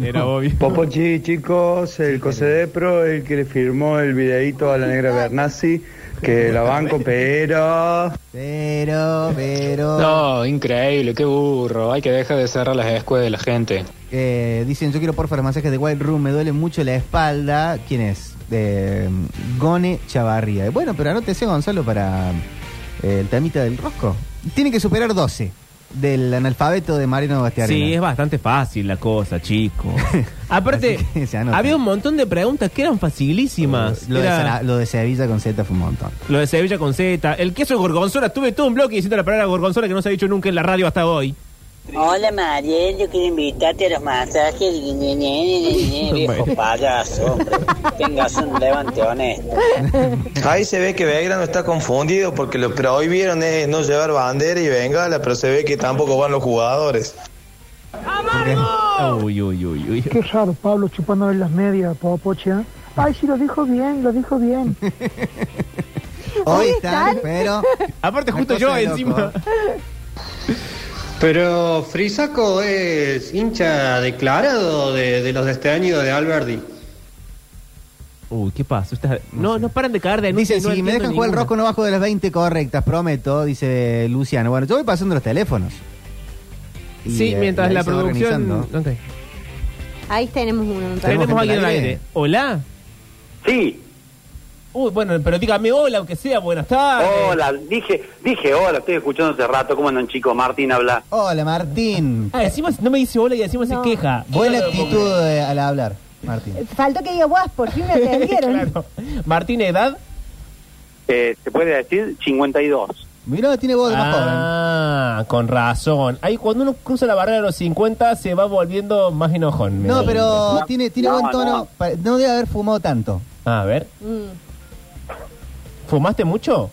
Speaker 1: Era obvio.
Speaker 4: Popochi, chicos, el Cosedepro, el que le firmó el videíto a la negra Bernasi, que la banco, pero...
Speaker 2: Pero, pero.
Speaker 6: No, increíble, qué burro. Hay que dejar de cerrar las escuelas, gente.
Speaker 2: Eh, dicen, yo quiero porfa los masajes de Wild Room, me duele mucho la espalda. ¿Quién es? Eh, Gone Chavarría. Bueno, pero anótese Gonzalo para eh, el temita del rosco. Tiene que superar 12 del analfabeto de Mariano Bastiarena.
Speaker 1: Sí, es bastante fácil la cosa, chicos. Aparte,
Speaker 2: Así que se anota.
Speaker 1: había un montón de preguntas que eran facilísimas.
Speaker 2: Lo, de
Speaker 1: Era
Speaker 2: Sara- lo de Sevilla con Z fue un montón.
Speaker 1: lo de Sevilla con Z, el queso de gorgonzola. Tuve todo un bloque diciendo la palabra gorgonzola que no se ha dicho nunca en la radio hasta hoy.
Speaker 9: Hola Mariel, yo quiero invitarte a los masajes. Ñe, ñe, ñe, ñe, Viejo payaso, hombre. Tengas un levante honesto.
Speaker 10: Ahí se ve que Belgrano está confundido porque lo prohibieron es no llevar bandera y bengala, pero se ve que tampoco van los jugadores.
Speaker 1: Uy, uy, uy, uy.
Speaker 8: Qué raro, Pablo chupándole las medias, Popochi. ¿eh? Ay, sí, lo dijo bien, lo dijo bien.
Speaker 2: Hoy
Speaker 3: Hoy
Speaker 2: están,
Speaker 3: están.
Speaker 2: pero.
Speaker 1: Aparte,
Speaker 2: Una
Speaker 1: justo
Speaker 2: cosa
Speaker 1: yo
Speaker 2: de loco,
Speaker 1: encima.
Speaker 2: ¿eh?
Speaker 11: Pero Frisaco es hincha declarado de, de los de este año de Alberdi.
Speaker 1: Uy, ¿qué pasa? Ustedes- No, no paran de caer de
Speaker 2: Dicen, si me dejan jugar el rosco no bajo de las 20 correctas, prometo, dice Luciano. Bueno, yo voy pasando los teléfonos. Y,
Speaker 1: Sí,
Speaker 2: eh,
Speaker 1: mientras
Speaker 2: ahí
Speaker 1: la
Speaker 2: se va
Speaker 1: producción.
Speaker 2: organizando.
Speaker 1: Ok.
Speaker 3: Ahí tenemos uno, me parece.
Speaker 2: Tenemos
Speaker 1: Tenemos
Speaker 2: gente
Speaker 1: alguien
Speaker 2: al
Speaker 1: al
Speaker 2: aire.
Speaker 1: aire. Hola.
Speaker 7: Sí,
Speaker 1: Uy, bueno, pero dígame hola, aunque sea, buenas tardes.
Speaker 11: Hola, dije, dije hola, estoy escuchando hace rato. ¿Cómo andan chicos? Martín habla.
Speaker 2: Hola, Martín.
Speaker 1: Ah, encima no me dice hola y encima
Speaker 3: No.
Speaker 1: se queja.
Speaker 2: Buena actitud eh, al hablar, Martín.
Speaker 3: Faltó que diga, guas, por fin me atendieron.
Speaker 1: Claro. Martín, ¿edad?
Speaker 11: Eh, ¿Se puede decir 52?
Speaker 2: Mirá, tiene voz de más joven.
Speaker 1: Ah, con razón. Ahí cuando uno cruza la barrera de los 50 se va volviendo más enojón. me da
Speaker 2: No,
Speaker 1: la
Speaker 2: pero
Speaker 1: impresión.
Speaker 2: tiene, tiene
Speaker 11: No,
Speaker 2: buen tono.
Speaker 11: no.
Speaker 2: Pa- No debe haber fumado tanto.
Speaker 1: A ver,
Speaker 3: Mm.
Speaker 1: ¿fumaste mucho?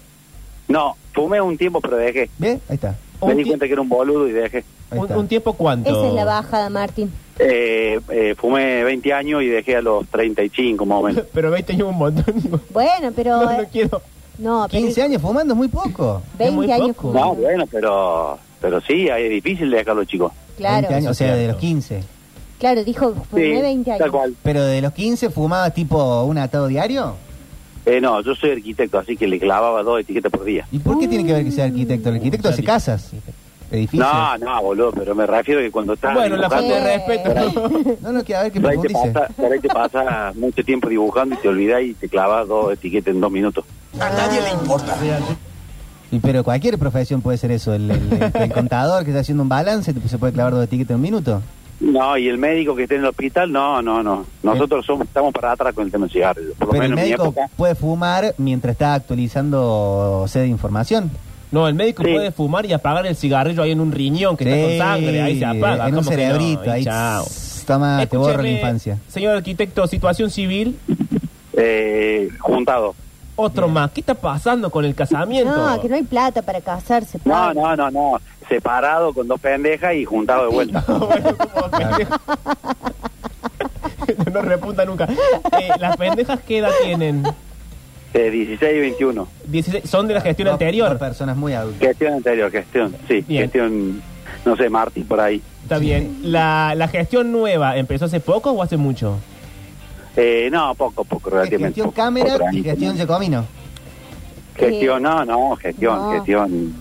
Speaker 11: No, fumé un tiempo, pero dejé.
Speaker 2: ¿Ve? Ahí está.
Speaker 1: Un, ti-
Speaker 11: que era un boludo y dejé.
Speaker 2: Ahí
Speaker 1: un-
Speaker 2: está.
Speaker 1: un tiempo cuánto?
Speaker 3: Esa es la bajada, Martín.
Speaker 11: Eh, eh, fumé 20 años y dejé a los 35 más o menos.
Speaker 1: Pero 20 años es un montón.
Speaker 3: Bueno, pero...
Speaker 1: No, no
Speaker 3: eh,
Speaker 1: quiero.
Speaker 3: No, pero
Speaker 2: 15 años fumando es muy poco.
Speaker 3: 20
Speaker 1: es muy
Speaker 3: años
Speaker 1: poco.
Speaker 3: jugando.
Speaker 11: No, bueno, pero, pero sí, es difícil dejarlo chicos.
Speaker 3: Claro,
Speaker 2: 20 años, o sea,
Speaker 1: Eso es
Speaker 2: de los
Speaker 1: cierto.
Speaker 2: 15.
Speaker 3: claro, dijo, fumé 20 años.
Speaker 11: tal cual.
Speaker 2: Pero de los 15 fumaba tipo un atado diario.
Speaker 11: Eh, no, yo soy arquitecto, así que le clavaba dos etiquetas por día.
Speaker 2: ¿Y por qué tiene que ver que sea arquitecto? El arquitecto hace casas. edificios.
Speaker 12: No, no, boludo, pero me refiero que cuando estás.
Speaker 1: Bueno, la falta de
Speaker 12: dibujando,
Speaker 1: respeto.
Speaker 2: No, no, que a ver qué
Speaker 12: Por ahí, te
Speaker 2: profundice.
Speaker 12: pasa, por ahí te pasa mucho tiempo dibujando y te olvidás y te clavas dos etiquetas en dos minutos.
Speaker 2: A nadie le importa. Y pero cualquier profesión puede ser eso. El, el- el- el contador que está haciendo un balance te- se puede clavar dos etiquetas en un minuto.
Speaker 12: No, y el médico que esté en el hospital, no, no, no. Nosotros somos, estamos para atrás con el tema del cigarro. Por lo
Speaker 2: Pero el
Speaker 12: menos en mi
Speaker 2: médico
Speaker 12: época.
Speaker 2: puede fumar mientras está actualizando sed de información.
Speaker 1: No, el médico
Speaker 2: Sí.
Speaker 1: puede fumar y apagar el cigarrillo ahí en un riñón que está
Speaker 2: Sí,
Speaker 1: con sangre, ahí se apaga.
Speaker 2: En un
Speaker 1: ¿cómo que no?
Speaker 2: cerebrito,
Speaker 1: Y
Speaker 2: ahí.
Speaker 1: Chao.
Speaker 2: tss, Toma, te borro la
Speaker 1: Escúcheme,
Speaker 2: infancia.
Speaker 1: Señor arquitecto, situación civil,
Speaker 12: Eh, juntado.
Speaker 1: otro más. ¿Qué está pasando con el casamiento?
Speaker 3: No, que no hay plata para casarse.
Speaker 12: No,
Speaker 3: Pablo.
Speaker 12: no, no, no. Separado con dos pendejas y juntado de vuelta.
Speaker 1: no repunta nunca. Eh, ¿Las pendejas qué edad tienen?
Speaker 12: Eh, 16 y 21.
Speaker 1: 16, son de la gestión anterior.
Speaker 2: personas muy adultas.
Speaker 12: Gestión anterior, gestión. Sí, gestión, no sé, Martín por ahí.
Speaker 1: Está bien. La, la gestión nueva, ¿empezó hace poco o hace mucho?
Speaker 12: Eh, no, poco, poco, relativamente.
Speaker 2: Gestión
Speaker 12: poco,
Speaker 2: cámara
Speaker 12: poco,
Speaker 2: y
Speaker 12: tranqui.
Speaker 2: gestión Giacomino.
Speaker 12: Gestión, no, no, gestión,
Speaker 3: No.
Speaker 12: gestión.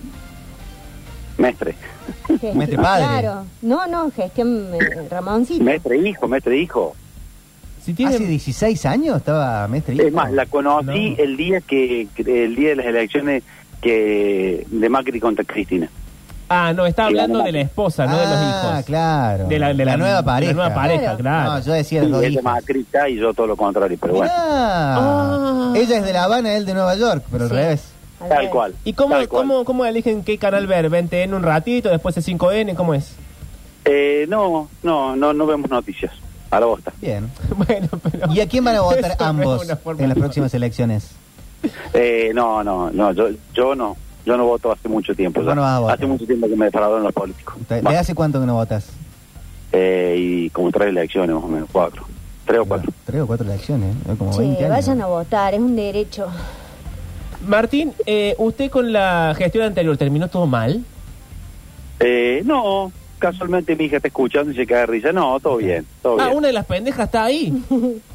Speaker 12: Mestre.
Speaker 3: Gestión-
Speaker 12: Mestre padre.
Speaker 3: Claro. No, no, gestión eh, Ramoncito.
Speaker 12: Mestre hijo, mestre hijo.
Speaker 2: Hace 16 años estaba Mestre
Speaker 12: Es más, la conocí el día que, que- el día de las elecciones que de Macri contra Cristina.
Speaker 1: Ah, no, está hablando de la esposa, no de los
Speaker 2: Ah,
Speaker 1: hijos.
Speaker 2: claro.
Speaker 1: De la, de la-
Speaker 2: nueva pareja.
Speaker 1: De la nueva pareja, claro.
Speaker 2: No, yo decía los
Speaker 12: Y
Speaker 2: dos
Speaker 12: ella
Speaker 2: hijos.
Speaker 12: es macrista y yo todo lo contrario, pero bueno.
Speaker 2: Ah. Ella es de La Habana, él de Nueva York, pero al revés.
Speaker 12: Tal cual.
Speaker 1: ¿Y cómo,
Speaker 12: tal cual.
Speaker 1: cómo, cómo eligen qué canal ver? ¿20N un ratito, después el 5N? ¿Cómo es?
Speaker 12: Eh, no, no, no, no vemos noticias. A la bosta.
Speaker 2: Bien. ¿Y a quién van a votar ambos en las próximas elecciones?
Speaker 12: Eh, no, no, no, yo, yo no. Yo no voto hace mucho tiempo. ya.
Speaker 2: no vas a votar?
Speaker 12: hace mucho tiempo que me defraudaron los políticos.
Speaker 2: ¿Te- ¿De hace cuánto que no votas?
Speaker 12: Eh, y como tres elecciones, más o menos, cuatro. Tres o cuatro.
Speaker 2: Tres o cuatro elecciones, ¿eh? como
Speaker 3: Che,
Speaker 2: 20 años.
Speaker 3: vayan a votar, es un derecho.
Speaker 1: Martín, eh, usted con la gestión anterior terminó todo mal.
Speaker 12: Eh, no, casualmente mi hija está escuchando y se cae de risa. No, todo bien, todo
Speaker 1: Ah,
Speaker 12: bien.
Speaker 1: una de las pendejas está ahí.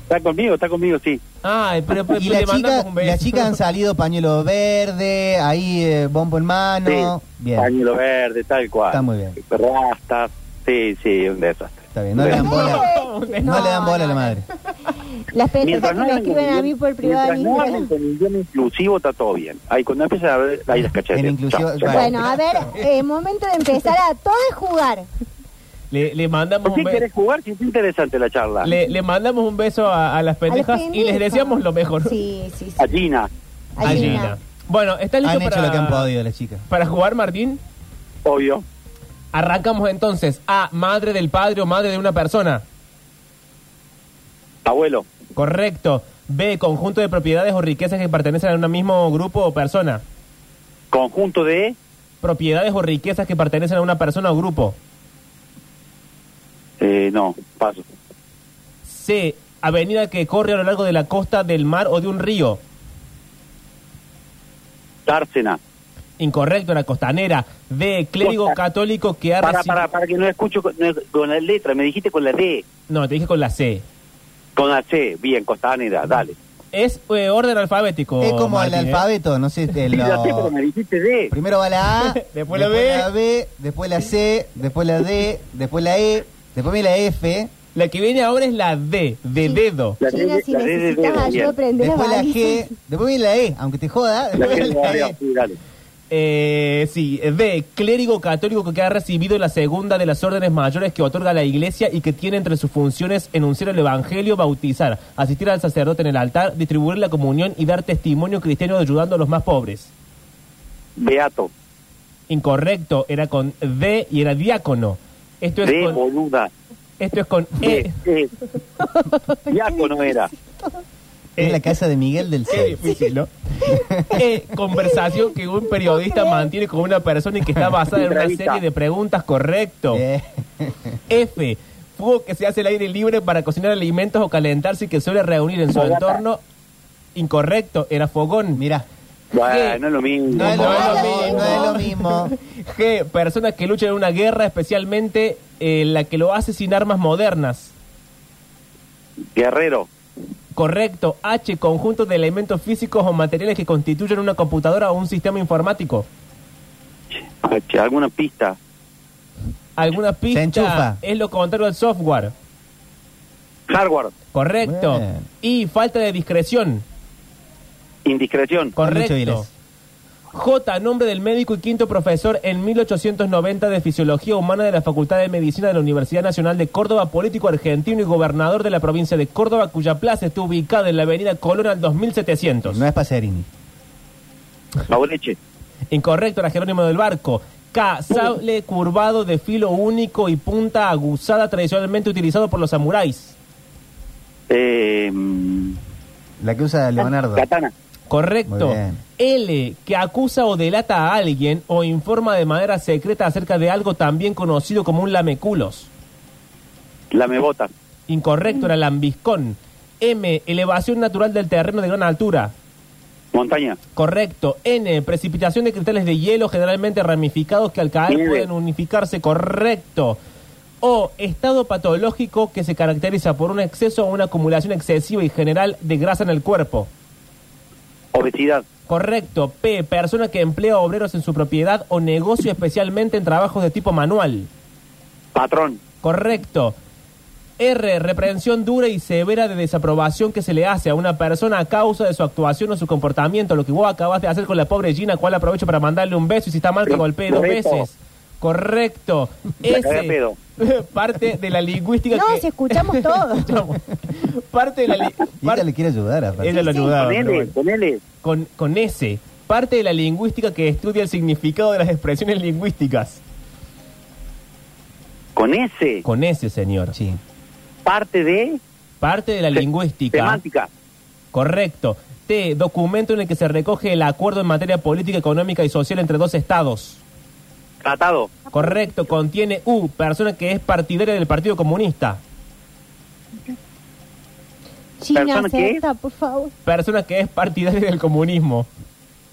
Speaker 12: Está conmigo, está conmigo, sí.
Speaker 1: Ah, pero, pero
Speaker 2: Y
Speaker 1: le
Speaker 2: la chica,
Speaker 1: mandamos un beso.
Speaker 2: la chica han salido pañuelo verde, ahí eh, bombo en mano. Bien.
Speaker 12: Pañuelo verde, tal cual.
Speaker 2: Está muy bien.
Speaker 12: Rastas, sí, sí, un desastre.
Speaker 2: Está bien, no le dan bola. No le dan bola a la madre.
Speaker 3: Las pendejas
Speaker 12: Mientras
Speaker 3: que
Speaker 12: no
Speaker 3: me
Speaker 12: hagan
Speaker 3: escriben a
Speaker 12: con
Speaker 3: mí
Speaker 12: idioma-
Speaker 3: por privado de
Speaker 12: mientras no
Speaker 3: Instagram.
Speaker 12: hagan con idioma inclusivo está todo bien. Ahí cuando empiezan a ver, ahí las cachetes.
Speaker 2: inclusivo-
Speaker 12: Chao, chao.
Speaker 3: Bueno, a ver, eh, momento de empezar a todos jugar.
Speaker 1: Le, le mandamos
Speaker 12: ¿Por qué
Speaker 1: un beso.
Speaker 12: querés jugar? Si es interesante la charla.
Speaker 1: Le, le mandamos un beso a, a las pendejas y les
Speaker 3: pendejas.
Speaker 1: deseamos lo mejor.
Speaker 3: Sí, sí, sí.
Speaker 12: A Gina.
Speaker 1: A Gina. Bueno, ¿estás listo
Speaker 2: Han hecho
Speaker 1: para,
Speaker 2: lo que han podido las chicas.
Speaker 1: para jugar, Martín?
Speaker 12: Obvio.
Speaker 1: Arrancamos entonces a madre del padre o madre de una persona.
Speaker 12: Abuelo.
Speaker 1: Correcto. B, conjunto de propiedades o riquezas que pertenecen a un mismo grupo o persona.
Speaker 12: Conjunto de
Speaker 1: Propiedades o riquezas que pertenecen a una persona o grupo.
Speaker 12: Eh, no, paso.
Speaker 1: C, avenida que corre a lo largo de la costa del mar o de un río.
Speaker 12: Dársena.
Speaker 1: Incorrecto, la costanera. D, clérigo
Speaker 12: Costa.
Speaker 1: católico que ha
Speaker 12: Para,
Speaker 1: recibido-
Speaker 12: para, para que no escucho con, no- con la letra. Me dijiste con la D.
Speaker 1: No, te dije con la C.
Speaker 12: Con la C. Bien, Costanera, dale.
Speaker 1: Es eh, orden alfabético.
Speaker 2: Es como el
Speaker 1: Martín, ¿eh?
Speaker 2: alfabeto, no sé. de
Speaker 12: Sí,
Speaker 2: lo-
Speaker 12: la C, pero me dijiste D.
Speaker 2: Primero va la A,
Speaker 1: Después la B.
Speaker 2: la B, después la C, después la D, después la E, después viene la F,
Speaker 1: La que viene ahora es la D, de dedo.
Speaker 12: La
Speaker 3: Chicas,
Speaker 12: D,
Speaker 3: si
Speaker 12: la D de
Speaker 3: necesitas
Speaker 12: dedo,
Speaker 3: ayuda,
Speaker 12: bien.
Speaker 3: prende las
Speaker 2: después la
Speaker 3: balizas.
Speaker 2: G, después viene la E, aunque te joda,
Speaker 12: La
Speaker 2: después
Speaker 12: que
Speaker 2: viene
Speaker 12: de
Speaker 2: la
Speaker 12: arriba,
Speaker 2: E.
Speaker 12: sí, dale.
Speaker 1: Eh, sí, D, clérigo católico que ha recibido la segunda de las órdenes mayores que otorga la iglesia y que tiene entre sus funciones enunciar el evangelio, bautizar, asistir al sacerdote en el altar, distribuir la comunión y dar testimonio cristiano ayudando a los más pobres.
Speaker 12: Beato.
Speaker 1: Incorrecto, era con D y era diácono. Esto es
Speaker 12: D,
Speaker 1: con,
Speaker 12: boluda.
Speaker 1: esto es con E.
Speaker 12: D, E. Diácono era.
Speaker 2: E, Es
Speaker 1: E,
Speaker 2: la casa de Miguel del
Speaker 1: Qué
Speaker 2: Sol.
Speaker 1: difícil, ¿no? Eh, conversación que un periodista mantiene con una persona y que está basada en una
Speaker 12: Entrevista.
Speaker 1: serie de preguntas, correcto.
Speaker 2: Eh,
Speaker 1: F. Fuego que se hace al aire libre para cocinar alimentos o calentarse y que suele reunir en su
Speaker 12: Fogata.
Speaker 1: entorno. Incorrecto, era fogón.
Speaker 2: Mirá,
Speaker 12: Bueno, no es lo mismo.
Speaker 2: no es lo
Speaker 1: No es lo
Speaker 2: mismo, no es lo mismo.
Speaker 1: G. Persona que lucha en una guerra, especialmente eh, la que lo hace sin armas modernas.
Speaker 12: Guerrero.
Speaker 1: Correcto. H. Conjunto de elementos físicos o materiales que constituyen una computadora o un sistema informático.
Speaker 12: H, H, alguna pista.
Speaker 1: Alguna pista
Speaker 2: enchufa.
Speaker 1: es lo contrario del software.
Speaker 12: Hardware,
Speaker 1: Correcto.
Speaker 2: Bien.
Speaker 1: Y falta de discreción.
Speaker 12: indiscreción.
Speaker 2: Dicho,
Speaker 1: Correcto.
Speaker 2: Viles.
Speaker 1: J, nombre del médico y quinto profesor en 1890 de Fisiología Humana de la Facultad de Medicina de la Universidad Nacional de Córdoba, político argentino y gobernador de la provincia de Córdoba, cuya plaza está ubicada en la avenida Colón al 2700.
Speaker 2: No es Paserini.
Speaker 12: Laureche,
Speaker 1: Incorrecto, era Jerónimo del Barco. K, sable curvado de filo único y punta aguzada tradicionalmente utilizado por los samuráis.
Speaker 12: eh, mm,
Speaker 2: La que usa Leonardo.
Speaker 12: Katana,
Speaker 1: Correcto.
Speaker 2: Muy bien.
Speaker 1: L, que acusa o delata a alguien o informa de manera secreta acerca de algo también conocido como un lameculos.
Speaker 12: la mebota,
Speaker 1: Incorrecto, era lambiscón. M, elevación natural del terreno de gran altura.
Speaker 12: montaña,
Speaker 1: Correcto. N, precipitación de cristales de hielo generalmente ramificados que al caer
Speaker 12: Nieve.
Speaker 1: pueden unificarse. Correcto. O, estado patológico que se caracteriza por un exceso o una acumulación excesiva y general de grasa en el cuerpo.
Speaker 12: obesidad,
Speaker 1: Correcto. P, persona que emplea obreros en su propiedad o negocio especialmente en trabajos de tipo manual.
Speaker 12: patrón,
Speaker 1: Correcto. R, reprensión dura y severa de desaprobación que se le hace a una persona a causa de su actuación o su comportamiento. Lo que vos acabas de hacer con la pobre Gina, cual aprovecho para mandarle un beso y si está mal que golpee dos
Speaker 12: Correcto.
Speaker 1: veces. Correcto.
Speaker 12: La cagué a
Speaker 1: S,
Speaker 12: pedo.
Speaker 1: parte de la lingüística
Speaker 3: No,
Speaker 1: que-
Speaker 3: si escuchamos todo.
Speaker 1: Escuchamos. parte de la... li-
Speaker 2: Y ella le quiere ayudar a
Speaker 1: Ella lo
Speaker 3: Sí, sí.
Speaker 1: ayudaba. pero
Speaker 12: ponele,
Speaker 1: bueno
Speaker 12: ponele.
Speaker 1: con, con S, parte de la lingüística que estudia el significado de las expresiones lingüísticas.
Speaker 12: Con ese,
Speaker 1: Con S, señor.
Speaker 2: Sí.
Speaker 12: parte de
Speaker 1: Parte de la
Speaker 12: se-
Speaker 1: lingüística.
Speaker 12: semántica,
Speaker 1: Correcto. T, documento en el que se recoge el acuerdo en materia política, económica y social entre dos estados.
Speaker 12: tratado,
Speaker 1: Correcto. Contiene U, persona que es partidaria del Partido Comunista.
Speaker 3: China,
Speaker 12: ¿Persona qué?
Speaker 3: acepta, por favor.
Speaker 1: Persona que es partidaria del comunismo.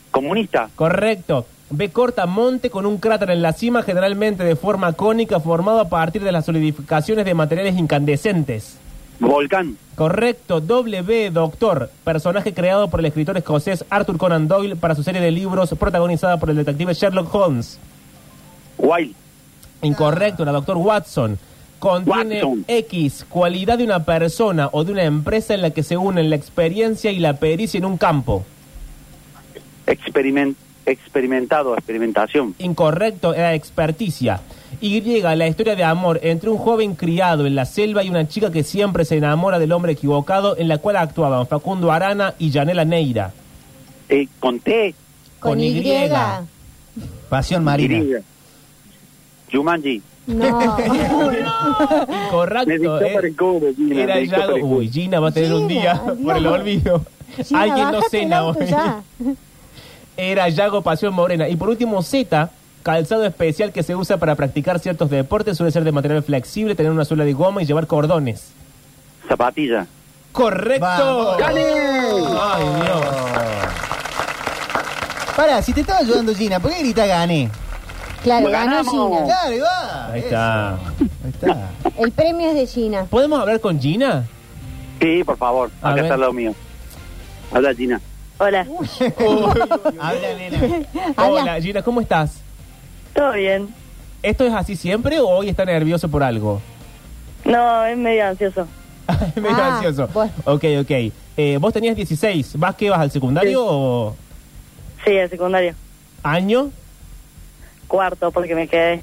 Speaker 12: comunista,
Speaker 1: Correcto. B corta monte con un cráter en la cima, generalmente de forma cónica, formado a partir de las solidificaciones de materiales incandescentes.
Speaker 12: volcán,
Speaker 1: Correcto, W Doctor, personaje creado por el escritor escocés Arthur Conan Doyle para su serie de libros protagonizada por el detective Sherlock Holmes.
Speaker 12: wild,
Speaker 1: Incorrecto, la Doctor Watson. Contiene
Speaker 12: Watson.
Speaker 1: X, cualidad de una persona o de una empresa en la que se unen la experiencia y la pericia en un campo.
Speaker 12: experiment, experimentado, experimentación,
Speaker 1: Incorrecto, era experticia. Y la historia de amor entre un joven criado en la selva y una chica que siempre se enamora del hombre equivocado en la cual actuaban Facundo Arana y Janela Neira.
Speaker 12: eh, con T,
Speaker 3: Con,
Speaker 1: Con
Speaker 3: Y.
Speaker 1: Y.
Speaker 2: Pasión marina.
Speaker 12: Irina. Jumanji,
Speaker 3: No.
Speaker 12: me
Speaker 1: Correcto.
Speaker 12: dictó para el cobre, Gina,
Speaker 1: eh. Era
Speaker 12: me dictó
Speaker 1: Yago.
Speaker 12: para el
Speaker 1: Uy,
Speaker 12: cobre.
Speaker 1: Gina va a tener un
Speaker 3: Gina,
Speaker 1: día por el
Speaker 3: Dios.
Speaker 1: olvido.
Speaker 3: China,
Speaker 1: Alguien no
Speaker 3: bájate del
Speaker 1: cena
Speaker 3: auto
Speaker 1: hoy.
Speaker 3: ya.
Speaker 1: Era Yago Pasión Morena. Y por último, Z, calzado especial que se usa para practicar ciertos deportes. Suele ser de material flexible, tener una suela de goma y llevar cordones.
Speaker 12: zapatilla,
Speaker 1: ¡Correcto!
Speaker 2: Vamos.
Speaker 1: ¡Ay, Dios!
Speaker 2: Pará, si te estaba ayudando Gina, ¿por qué grita gané?
Speaker 3: Claro, ganó
Speaker 12: ¡Ganamos!
Speaker 3: China.
Speaker 2: Claro, ahí va.
Speaker 1: Ahí
Speaker 2: Eso.
Speaker 1: está.
Speaker 2: Ahí está.
Speaker 3: El premio es de China.
Speaker 1: ¿Podemos hablar con Gina?
Speaker 12: sí, por favor,
Speaker 1: A
Speaker 12: acá
Speaker 1: ver.
Speaker 12: está al lado mío, habla Gina,
Speaker 13: Hola,
Speaker 2: Habla, nena.
Speaker 3: Habla.
Speaker 1: Hola, Gina, ¿cómo estás?
Speaker 13: ¿todo bien?
Speaker 1: ¿Esto es así siempre o hoy está nervioso por algo?
Speaker 13: No, es medio ansioso.
Speaker 1: Me
Speaker 3: Ah,
Speaker 1: gracioso.
Speaker 3: bueno.
Speaker 1: Ok, ok. Eh, vos tenías 16. ¿Vas qué vas al secundario
Speaker 13: Sí.
Speaker 1: o
Speaker 13: Sí, el secundario.
Speaker 1: año?
Speaker 13: Cuarto, porque me quedé.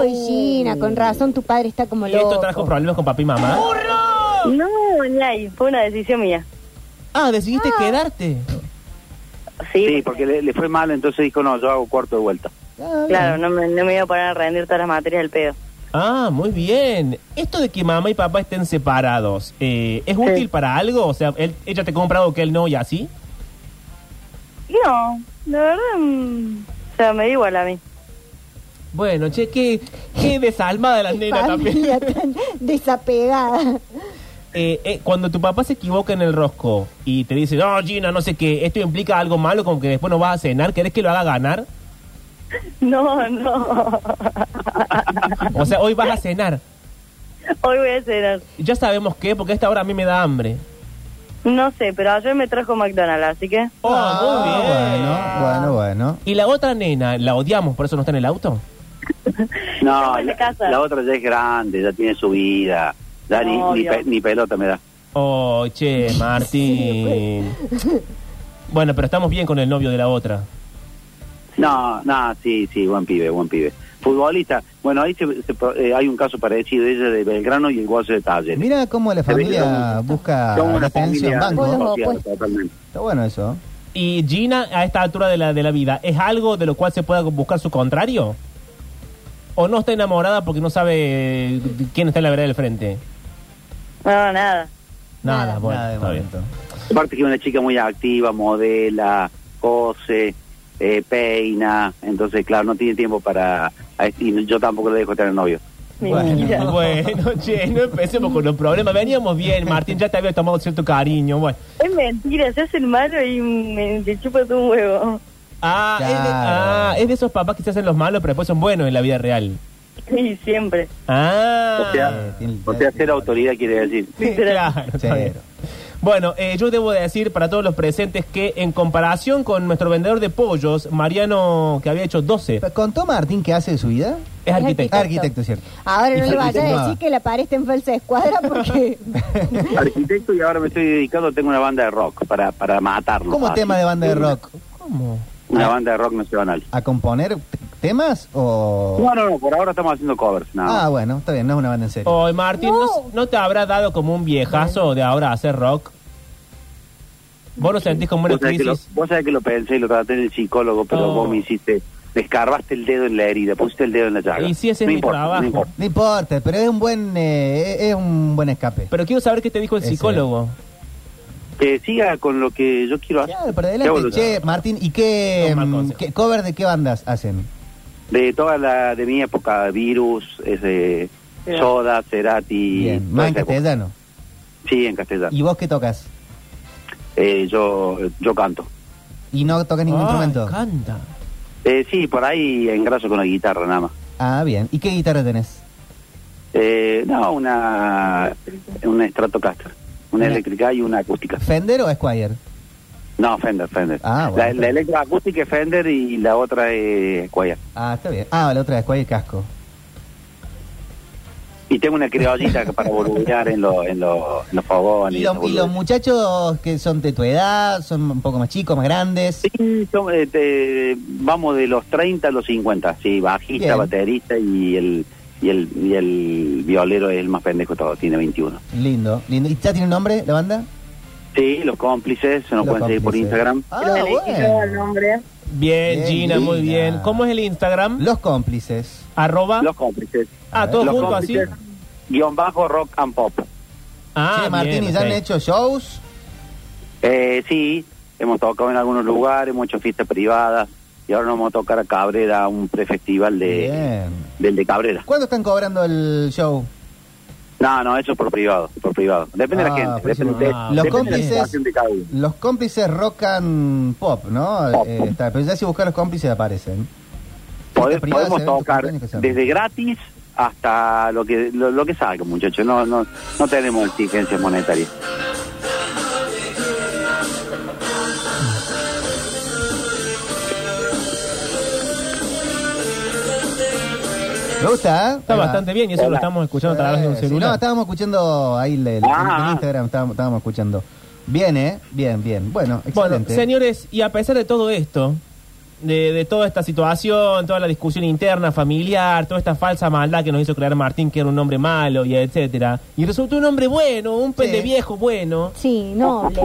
Speaker 3: Uy, Gina, con razón tu padre está como
Speaker 1: Y Ah, esto
Speaker 3: loco.
Speaker 1: trajo problemas con papá y mamá. Oh.
Speaker 13: No, ni ahí, fue una decisión mía.
Speaker 1: Ah, decidiste quedarte.
Speaker 13: Sí,
Speaker 12: sí, porque le, le fue mal, entonces dijo, no, yo hago cuarto de vuelta,
Speaker 13: claro, no me, no me iba a poner a rendir todas las materias del pedo.
Speaker 1: Ah, muy bien. Esto de que mamá y papá estén separados, eh, ¿es útil para algo? O sea, él- ella te compra algo que él no y así.
Speaker 13: No, la verdad, mm, o sea, me da igual a mí.
Speaker 1: Bueno, che, qué, qué desalmada la
Speaker 3: Qué
Speaker 1: nena también.
Speaker 3: familia tan desapegada.
Speaker 1: Eh, eh, cuando tu papá se equivoca en el rosco y te dice, no, Gina, no sé qué, esto implica algo malo, como que después no vas a cenar, ¿querés que lo haga ganar?
Speaker 13: No, no.
Speaker 1: O sea, hoy vas a cenar.
Speaker 13: Hoy voy a cenar.
Speaker 1: Ya sabemos qué, porque a esta hora a mí me da hambre.
Speaker 13: No sé, pero ayer me trajo McDonald's, así que...
Speaker 1: Oh, muy bien.
Speaker 2: Ah, Bueno, bueno, bueno.
Speaker 1: ¿Y la otra nena, la odiamos, por eso no está en el auto?
Speaker 12: No,
Speaker 13: en la
Speaker 12: la,
Speaker 13: casa.
Speaker 12: la otra ya es grande, ya tiene su vida. Ya ni- ni,
Speaker 13: Obvio.
Speaker 12: pe- ni pelota me da.
Speaker 1: Oh, che,
Speaker 2: pues.
Speaker 1: Martín. Bueno, pero estamos bien con el novio de la otra.
Speaker 12: No, no, sí, sí, buen pibe, buen pibe. Futbolista. Bueno, ahí se- se pro- eh, hay un caso parecido, ella de Belgrano y el Guaso de Talleres.
Speaker 2: Mira cómo la familia busca
Speaker 12: Son una
Speaker 2: la tensión
Speaker 12: familia
Speaker 2: banco.
Speaker 12: asociada totalmente.
Speaker 2: Está bueno eso.
Speaker 1: ¿Y Gina, a esta altura de la, de la vida, es algo de lo cual se pueda buscar su contrario? ¿O no está enamorada porque no sabe eh, quién está en la vereda del frente?
Speaker 13: No, nada.
Speaker 1: Nada, bueno,
Speaker 2: Nada de
Speaker 1: está bien.
Speaker 2: momento.
Speaker 12: Aparte que es una chica muy activa, modela, cose, eh, peina. Entonces, claro, no tiene tiempo para... eh, Y yo tampoco le dejo tener novio.
Speaker 1: Bueno, bueno, che, no empecemos con los problemas. Veníamos bien, Martín, ya te había tomado cierto cariño. Bueno.
Speaker 13: Es mentira, se hace el malo y me, me chupa tu huevo.
Speaker 1: Ah, es de,
Speaker 2: Claro.
Speaker 1: ah, es de esos papás que se hacen los malos, pero después son buenos en la vida real.
Speaker 13: Y siempre.
Speaker 1: Ah,
Speaker 12: O sea, o sea, ser autoridad quiere decir.
Speaker 1: claro, está bien. Bueno, eh, yo debo decir para todos los presentes que en comparación con nuestro vendedor de pollos, Mariano, que había hecho 12,
Speaker 2: Pero ¿Contó Martín qué hace de su vida?
Speaker 1: es arquitecto.
Speaker 2: Arquitecto, cierto.
Speaker 3: Ahora no
Speaker 2: Y
Speaker 3: le vaya
Speaker 2: arquitecto.
Speaker 3: a decir que la pared está en falsa escuadra porque
Speaker 12: Arquitecto y ahora me estoy dedicando, tengo una banda de rock para, para matarlo.
Speaker 2: ¿Cómo
Speaker 12: Así.
Speaker 2: tema de Ah. banda de rock?
Speaker 1: ¿Cómo?
Speaker 12: Una banda de rock nacional.
Speaker 2: ¿A componer t- temas o...?
Speaker 12: No, no, no, por ahora estamos haciendo covers, nada.
Speaker 2: Ah, bueno, está bien, no es una banda en serio.
Speaker 1: Hoy, Martín, no. s- ¿no te habrá dado como un viejazo de ahora hacer rock? ¿Vos lo sentís como una
Speaker 12: vos, sabés que lo,
Speaker 1: crisis?
Speaker 12: vos sabés que lo pensé y lo traté en el psicólogo, pero
Speaker 1: Oh.
Speaker 12: vos me hiciste, me escarbaste el dedo en la herida, pusiste el dedo en la llaga.
Speaker 1: Y sí, ese es
Speaker 12: No
Speaker 1: mi
Speaker 12: importa, no
Speaker 1: trabajo.
Speaker 12: importa.
Speaker 2: No importa, pero es un buen, eh, es un buen escape.
Speaker 1: Pero quiero saber qué te dijo el
Speaker 2: Ese.
Speaker 1: psicólogo.
Speaker 12: Que siga con lo que yo quiero hacer.
Speaker 2: Claro, para
Speaker 12: Qué
Speaker 2: adelante.
Speaker 12: boludo.
Speaker 2: Che, Martín, ¿y qué,
Speaker 1: No, mal
Speaker 2: mm,
Speaker 1: consejo.
Speaker 2: qué cover de qué bandas hacen?
Speaker 12: De toda la, de mi época, Virus, ese,
Speaker 1: Bien.
Speaker 12: Soda, Cerati.
Speaker 2: Bien,
Speaker 12: toda
Speaker 2: más en
Speaker 12: esa época.
Speaker 2: castellano.
Speaker 12: Sí, en castellano.
Speaker 2: ¿Y vos qué tocas?
Speaker 12: Eh, yo, yo canto.
Speaker 2: ¿Y no tocas ningún
Speaker 1: Ay,
Speaker 2: instrumento?
Speaker 1: canta.
Speaker 12: Eh, sí, por ahí engraso con la guitarra nada más.
Speaker 2: Ah, bien. ¿Y qué guitarra tenés?
Speaker 12: Eh, no, una, una Stratocaster, una
Speaker 2: Bien.
Speaker 12: eléctrica y una acústica.
Speaker 2: ¿Fender o Squire?
Speaker 12: No, Fender, Fender.
Speaker 2: Ah, bueno.
Speaker 12: la, la eléctrica acústica es Fender y la otra es Squire.
Speaker 2: Ah, está bien. Ah, la otra es Squire Casco.
Speaker 12: Y tengo una criollita que para boludear en, lo- en, lo- en los fogones.
Speaker 2: ¿Y,
Speaker 12: y
Speaker 2: los-
Speaker 12: esas
Speaker 2: y los
Speaker 12: boludeces.
Speaker 2: muchachos que son de tu edad, son un poco más chicos, más grandes?
Speaker 12: Sí, son, eh, te- vamos de los 30 a los 50, sí, bajista,
Speaker 2: Bien.
Speaker 12: baterista y el, y, el, y el violero es el más pendejo todo, tiene 21.
Speaker 2: Lindo, lindo. ¿Y ya tiene nombre la banda?
Speaker 12: Sí, los cómplices, se nos
Speaker 2: Los
Speaker 12: pueden seguir por
Speaker 2: cómplices.
Speaker 12: Instagram.
Speaker 2: Ah, bueno.
Speaker 13: nombre.
Speaker 1: Bien,
Speaker 2: Bien,
Speaker 1: Gina, muy
Speaker 2: Gina.
Speaker 1: bien. ¿Cómo es el Instagram?
Speaker 2: Los cómplices.
Speaker 1: Arroba.
Speaker 12: Los cómplices.
Speaker 1: ah, todo
Speaker 12: los
Speaker 1: junto así.
Speaker 12: cómplices, guión bajo rock and pop.
Speaker 1: Ah,
Speaker 2: che, Martín,
Speaker 1: bien,
Speaker 2: ¿y ya
Speaker 1: ok.
Speaker 2: han hecho shows?
Speaker 12: Eh, sí, hemos tocado en algunos lugares, hemos hecho fiestas privadas y ahora nos vamos a tocar a Cabrera, un prefestival de,
Speaker 2: Bien.
Speaker 12: del de Cabrera.
Speaker 2: ¿Cuándo están cobrando el show?
Speaker 12: No, no, eso por privado, por privado. Depende de
Speaker 2: Ah,
Speaker 12: la gente,
Speaker 2: por
Speaker 12: depende,
Speaker 1: privado.
Speaker 12: de-
Speaker 1: Los
Speaker 12: depende de la
Speaker 2: cómplices-
Speaker 12: situación de cada uno.
Speaker 2: Los cómplices rock and pop, ¿no?
Speaker 12: Pop.
Speaker 2: Eh, está, pero ya si buscas los cómplices aparecen.
Speaker 12: Pode-
Speaker 2: Fiestas privadas,
Speaker 12: podemos
Speaker 2: eventos
Speaker 12: tocar
Speaker 2: cumpleaños que se arman.
Speaker 12: desde gratis hasta lo que lo, lo que salga, muchachos. No, no, no tenemos exigencias monetarias.
Speaker 2: Me gusta, ¿eh?
Speaker 1: Está
Speaker 2: Ahí va.
Speaker 1: bastante bien y eso lo
Speaker 12: Hola.
Speaker 1: estamos escuchando a través de un
Speaker 2: Eh, sí, no,
Speaker 1: celular.
Speaker 2: estábamos escuchando ahí el, el-
Speaker 12: Ah.
Speaker 2: en Instagram, estábamos, estábamos escuchando. Bien, ¿eh? Bien, bien. Bueno,
Speaker 1: Bueno,
Speaker 2: excelente.
Speaker 1: señores, y a pesar de todo esto, de, de toda esta situación, toda la discusión interna, familiar, toda esta falsa maldad que nos hizo creer Martín, que era un hombre malo y etcétera, y resultó un hombre bueno, un pende viejo bueno,
Speaker 3: sí, noble.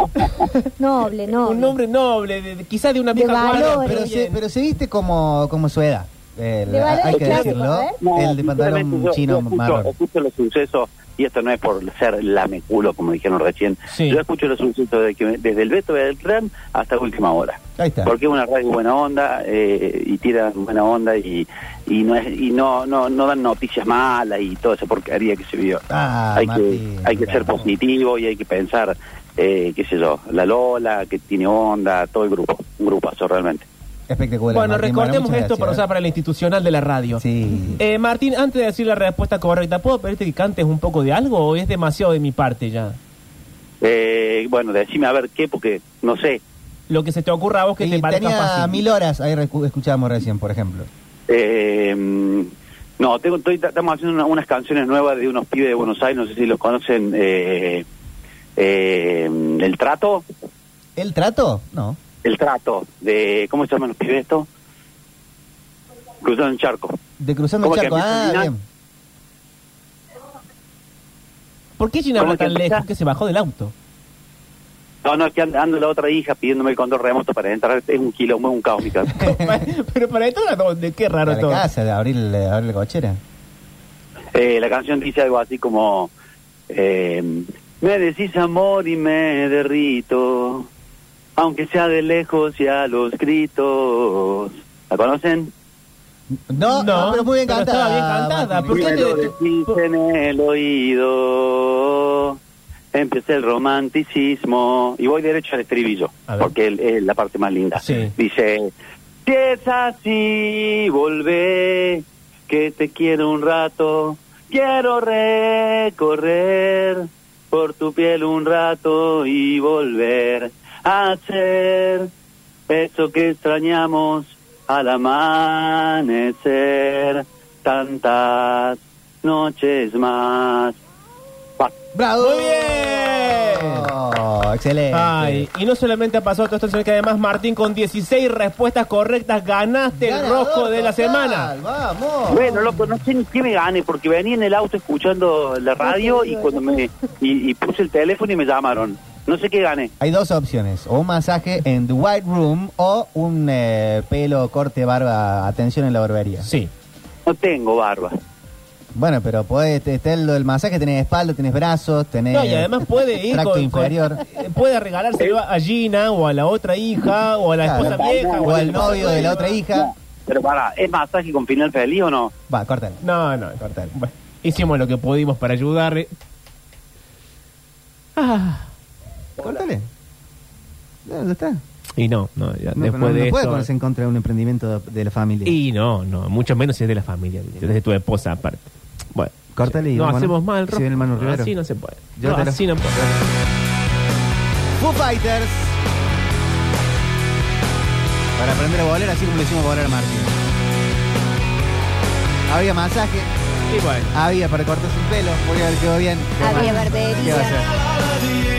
Speaker 3: Noble,
Speaker 1: un
Speaker 3: noble.
Speaker 1: hombre noble, de- de- quizás de una
Speaker 3: De
Speaker 1: vieja guardia,
Speaker 3: valores.
Speaker 1: pero
Speaker 2: pero, se,
Speaker 1: bien.
Speaker 2: pero se viste como, como su edad. El-
Speaker 3: De valores
Speaker 2: hay que
Speaker 3: clásicos,
Speaker 2: decirlo.
Speaker 3: ¿eh?
Speaker 12: No,
Speaker 2: El de pantalón
Speaker 12: sinceramente, yo- yo
Speaker 2: chino
Speaker 12: escucho,
Speaker 2: marrón.
Speaker 12: escucho los sucesos, y esto no es por ser lameculo, como dijeron recién.
Speaker 1: Sí.
Speaker 12: Yo escucho los sucesos de que- desde el Beto Beltrán hasta última hora.
Speaker 2: Ahí está.
Speaker 12: Porque es una radio buena onda eh, y tira buena onda y, y no es, y no, no no dan noticias malas y toda esa porquería que se vio.
Speaker 2: Ah,
Speaker 12: hay
Speaker 2: Martín,
Speaker 12: que hay que ser
Speaker 2: bueno.
Speaker 12: positivo y hay que pensar, eh, qué sé yo, la Lola, que tiene onda, todo el grupo, un grupazo realmente.
Speaker 2: Espectacular.
Speaker 1: Bueno,
Speaker 2: Martín,
Speaker 1: recordemos
Speaker 2: muchas
Speaker 1: esto para
Speaker 2: gracias,
Speaker 1: usar para la institucional de la radio.
Speaker 2: Sí.
Speaker 1: Eh, Martín, antes de decir la respuesta correcta, ¿puedo pedirte que cantes un poco de algo o es demasiado de mi parte ya?
Speaker 12: Eh, bueno, decime a ver qué, porque no sé.
Speaker 1: Lo que se te ocurra a vos que
Speaker 2: Y
Speaker 1: te parezca
Speaker 2: Eh, tenía
Speaker 1: fácil.
Speaker 2: mil horas, ahí recu- escuchábamos recién, por ejemplo.
Speaker 12: Eh, mm, no, tengo, estoy- estamos haciendo una- unas canciones nuevas de unos pibes de Buenos Aires, no sé si los conocen. eh, eh, el trato,
Speaker 2: ¿El trato? No.
Speaker 12: el trato de. ¿Cómo se llaman los pibes estos? Cruzando el charco.
Speaker 2: De cruzando el
Speaker 12: ¿Cómo que
Speaker 2: charco.
Speaker 12: empieza
Speaker 2: Ah,
Speaker 12: el final?
Speaker 2: bien.
Speaker 1: ¿Por qué Gina
Speaker 12: ¿Cómo
Speaker 1: va
Speaker 12: que
Speaker 1: tan
Speaker 12: empieza?
Speaker 1: lejos? Que se bajó del auto.
Speaker 12: No, no, es que and- anda la otra hija pidiéndome el control remoto para entrar. Es un quilombo, es un caos, mi casa.
Speaker 1: Pero para entrar a dónde, qué raro
Speaker 2: Para
Speaker 1: todo.
Speaker 2: la casa, de abrir, de abrir la cochera.
Speaker 12: Eh, la canción dice algo así como eh, me decís amor y me derrito aunque sea de lejos y a los gritos ¿la conocen?
Speaker 2: No, no, pero muy bien cantada.
Speaker 1: estaba bien cantada. Ah, ¿Por qué
Speaker 12: me
Speaker 1: te-
Speaker 12: lo decís en el oído empieza el romanticismo y voy derecho al estribillo porque el- es la parte más linda dice si es así volvé que te quiero un rato quiero recorrer por tu piel un rato y volver a ser eso que extrañamos al amanecer tantas noches más
Speaker 2: ¡Bravo!
Speaker 1: Muy bien.
Speaker 2: Oh, excelente.
Speaker 1: Ay, Este. y no solamente ha pasado todo esto, sino que además Martín con 16 respuestas correctas ganaste el
Speaker 2: Ganador
Speaker 1: rosco de la
Speaker 2: total,
Speaker 1: semana.
Speaker 2: ¡Vamos!
Speaker 12: Bueno, loco, no sé ni qué me gane, porque venía en el auto escuchando la radio y cuando me y, y puse el teléfono y me llamaron. No sé qué gane.
Speaker 2: Hay dos opciones, o un masaje en The White Room o un eh, pelo, corte, barba, atención en la barbería.
Speaker 1: Sí.
Speaker 12: No tengo barba.
Speaker 2: Bueno, pero podés, te- está el, el masaje, tenés espalda, tenés brazos, tenés...
Speaker 1: No, y además puede ir
Speaker 2: Tracto
Speaker 1: con-
Speaker 2: inferior.
Speaker 1: con- eh, puede regalárselo a Gina o a la otra hija o a la
Speaker 2: Claro.
Speaker 1: esposa vieja
Speaker 2: o
Speaker 1: a
Speaker 2: al novio de la otra hija.
Speaker 12: Pero para, ¿es masaje con final feliz o no?
Speaker 2: Va, córtala.
Speaker 1: No, no, cortar. Bueno, hicimos lo que pudimos para ayudarle. Ah.
Speaker 2: Córtale. No, ya está.
Speaker 1: Y no, no, ya,
Speaker 2: No,
Speaker 1: después
Speaker 2: no- no
Speaker 1: de
Speaker 2: puede
Speaker 1: esto-
Speaker 2: ponerse en contra de un emprendimiento de, de la familia.
Speaker 1: Y no, no, mucho menos si es de la familia, de tu esposa aparte. Bueno,
Speaker 2: Córtale y
Speaker 1: no
Speaker 2: vamos,
Speaker 1: hacemos
Speaker 2: ¿no?
Speaker 1: mal,
Speaker 2: Si viene el Manu Rivero.
Speaker 1: Así no se puede.
Speaker 2: Yo
Speaker 1: No,
Speaker 2: te lo-
Speaker 1: así no puede.
Speaker 2: Foo Fighters. Para aprender a volar, así como le hicimos volar a Martín. Había masaje.
Speaker 1: bueno.
Speaker 2: Había para cortarse el pelo. Voy a ver quedó bien. ¿Qué
Speaker 3: Había
Speaker 2: más? ¿Qué va a
Speaker 3: barbería.
Speaker 2: hacer?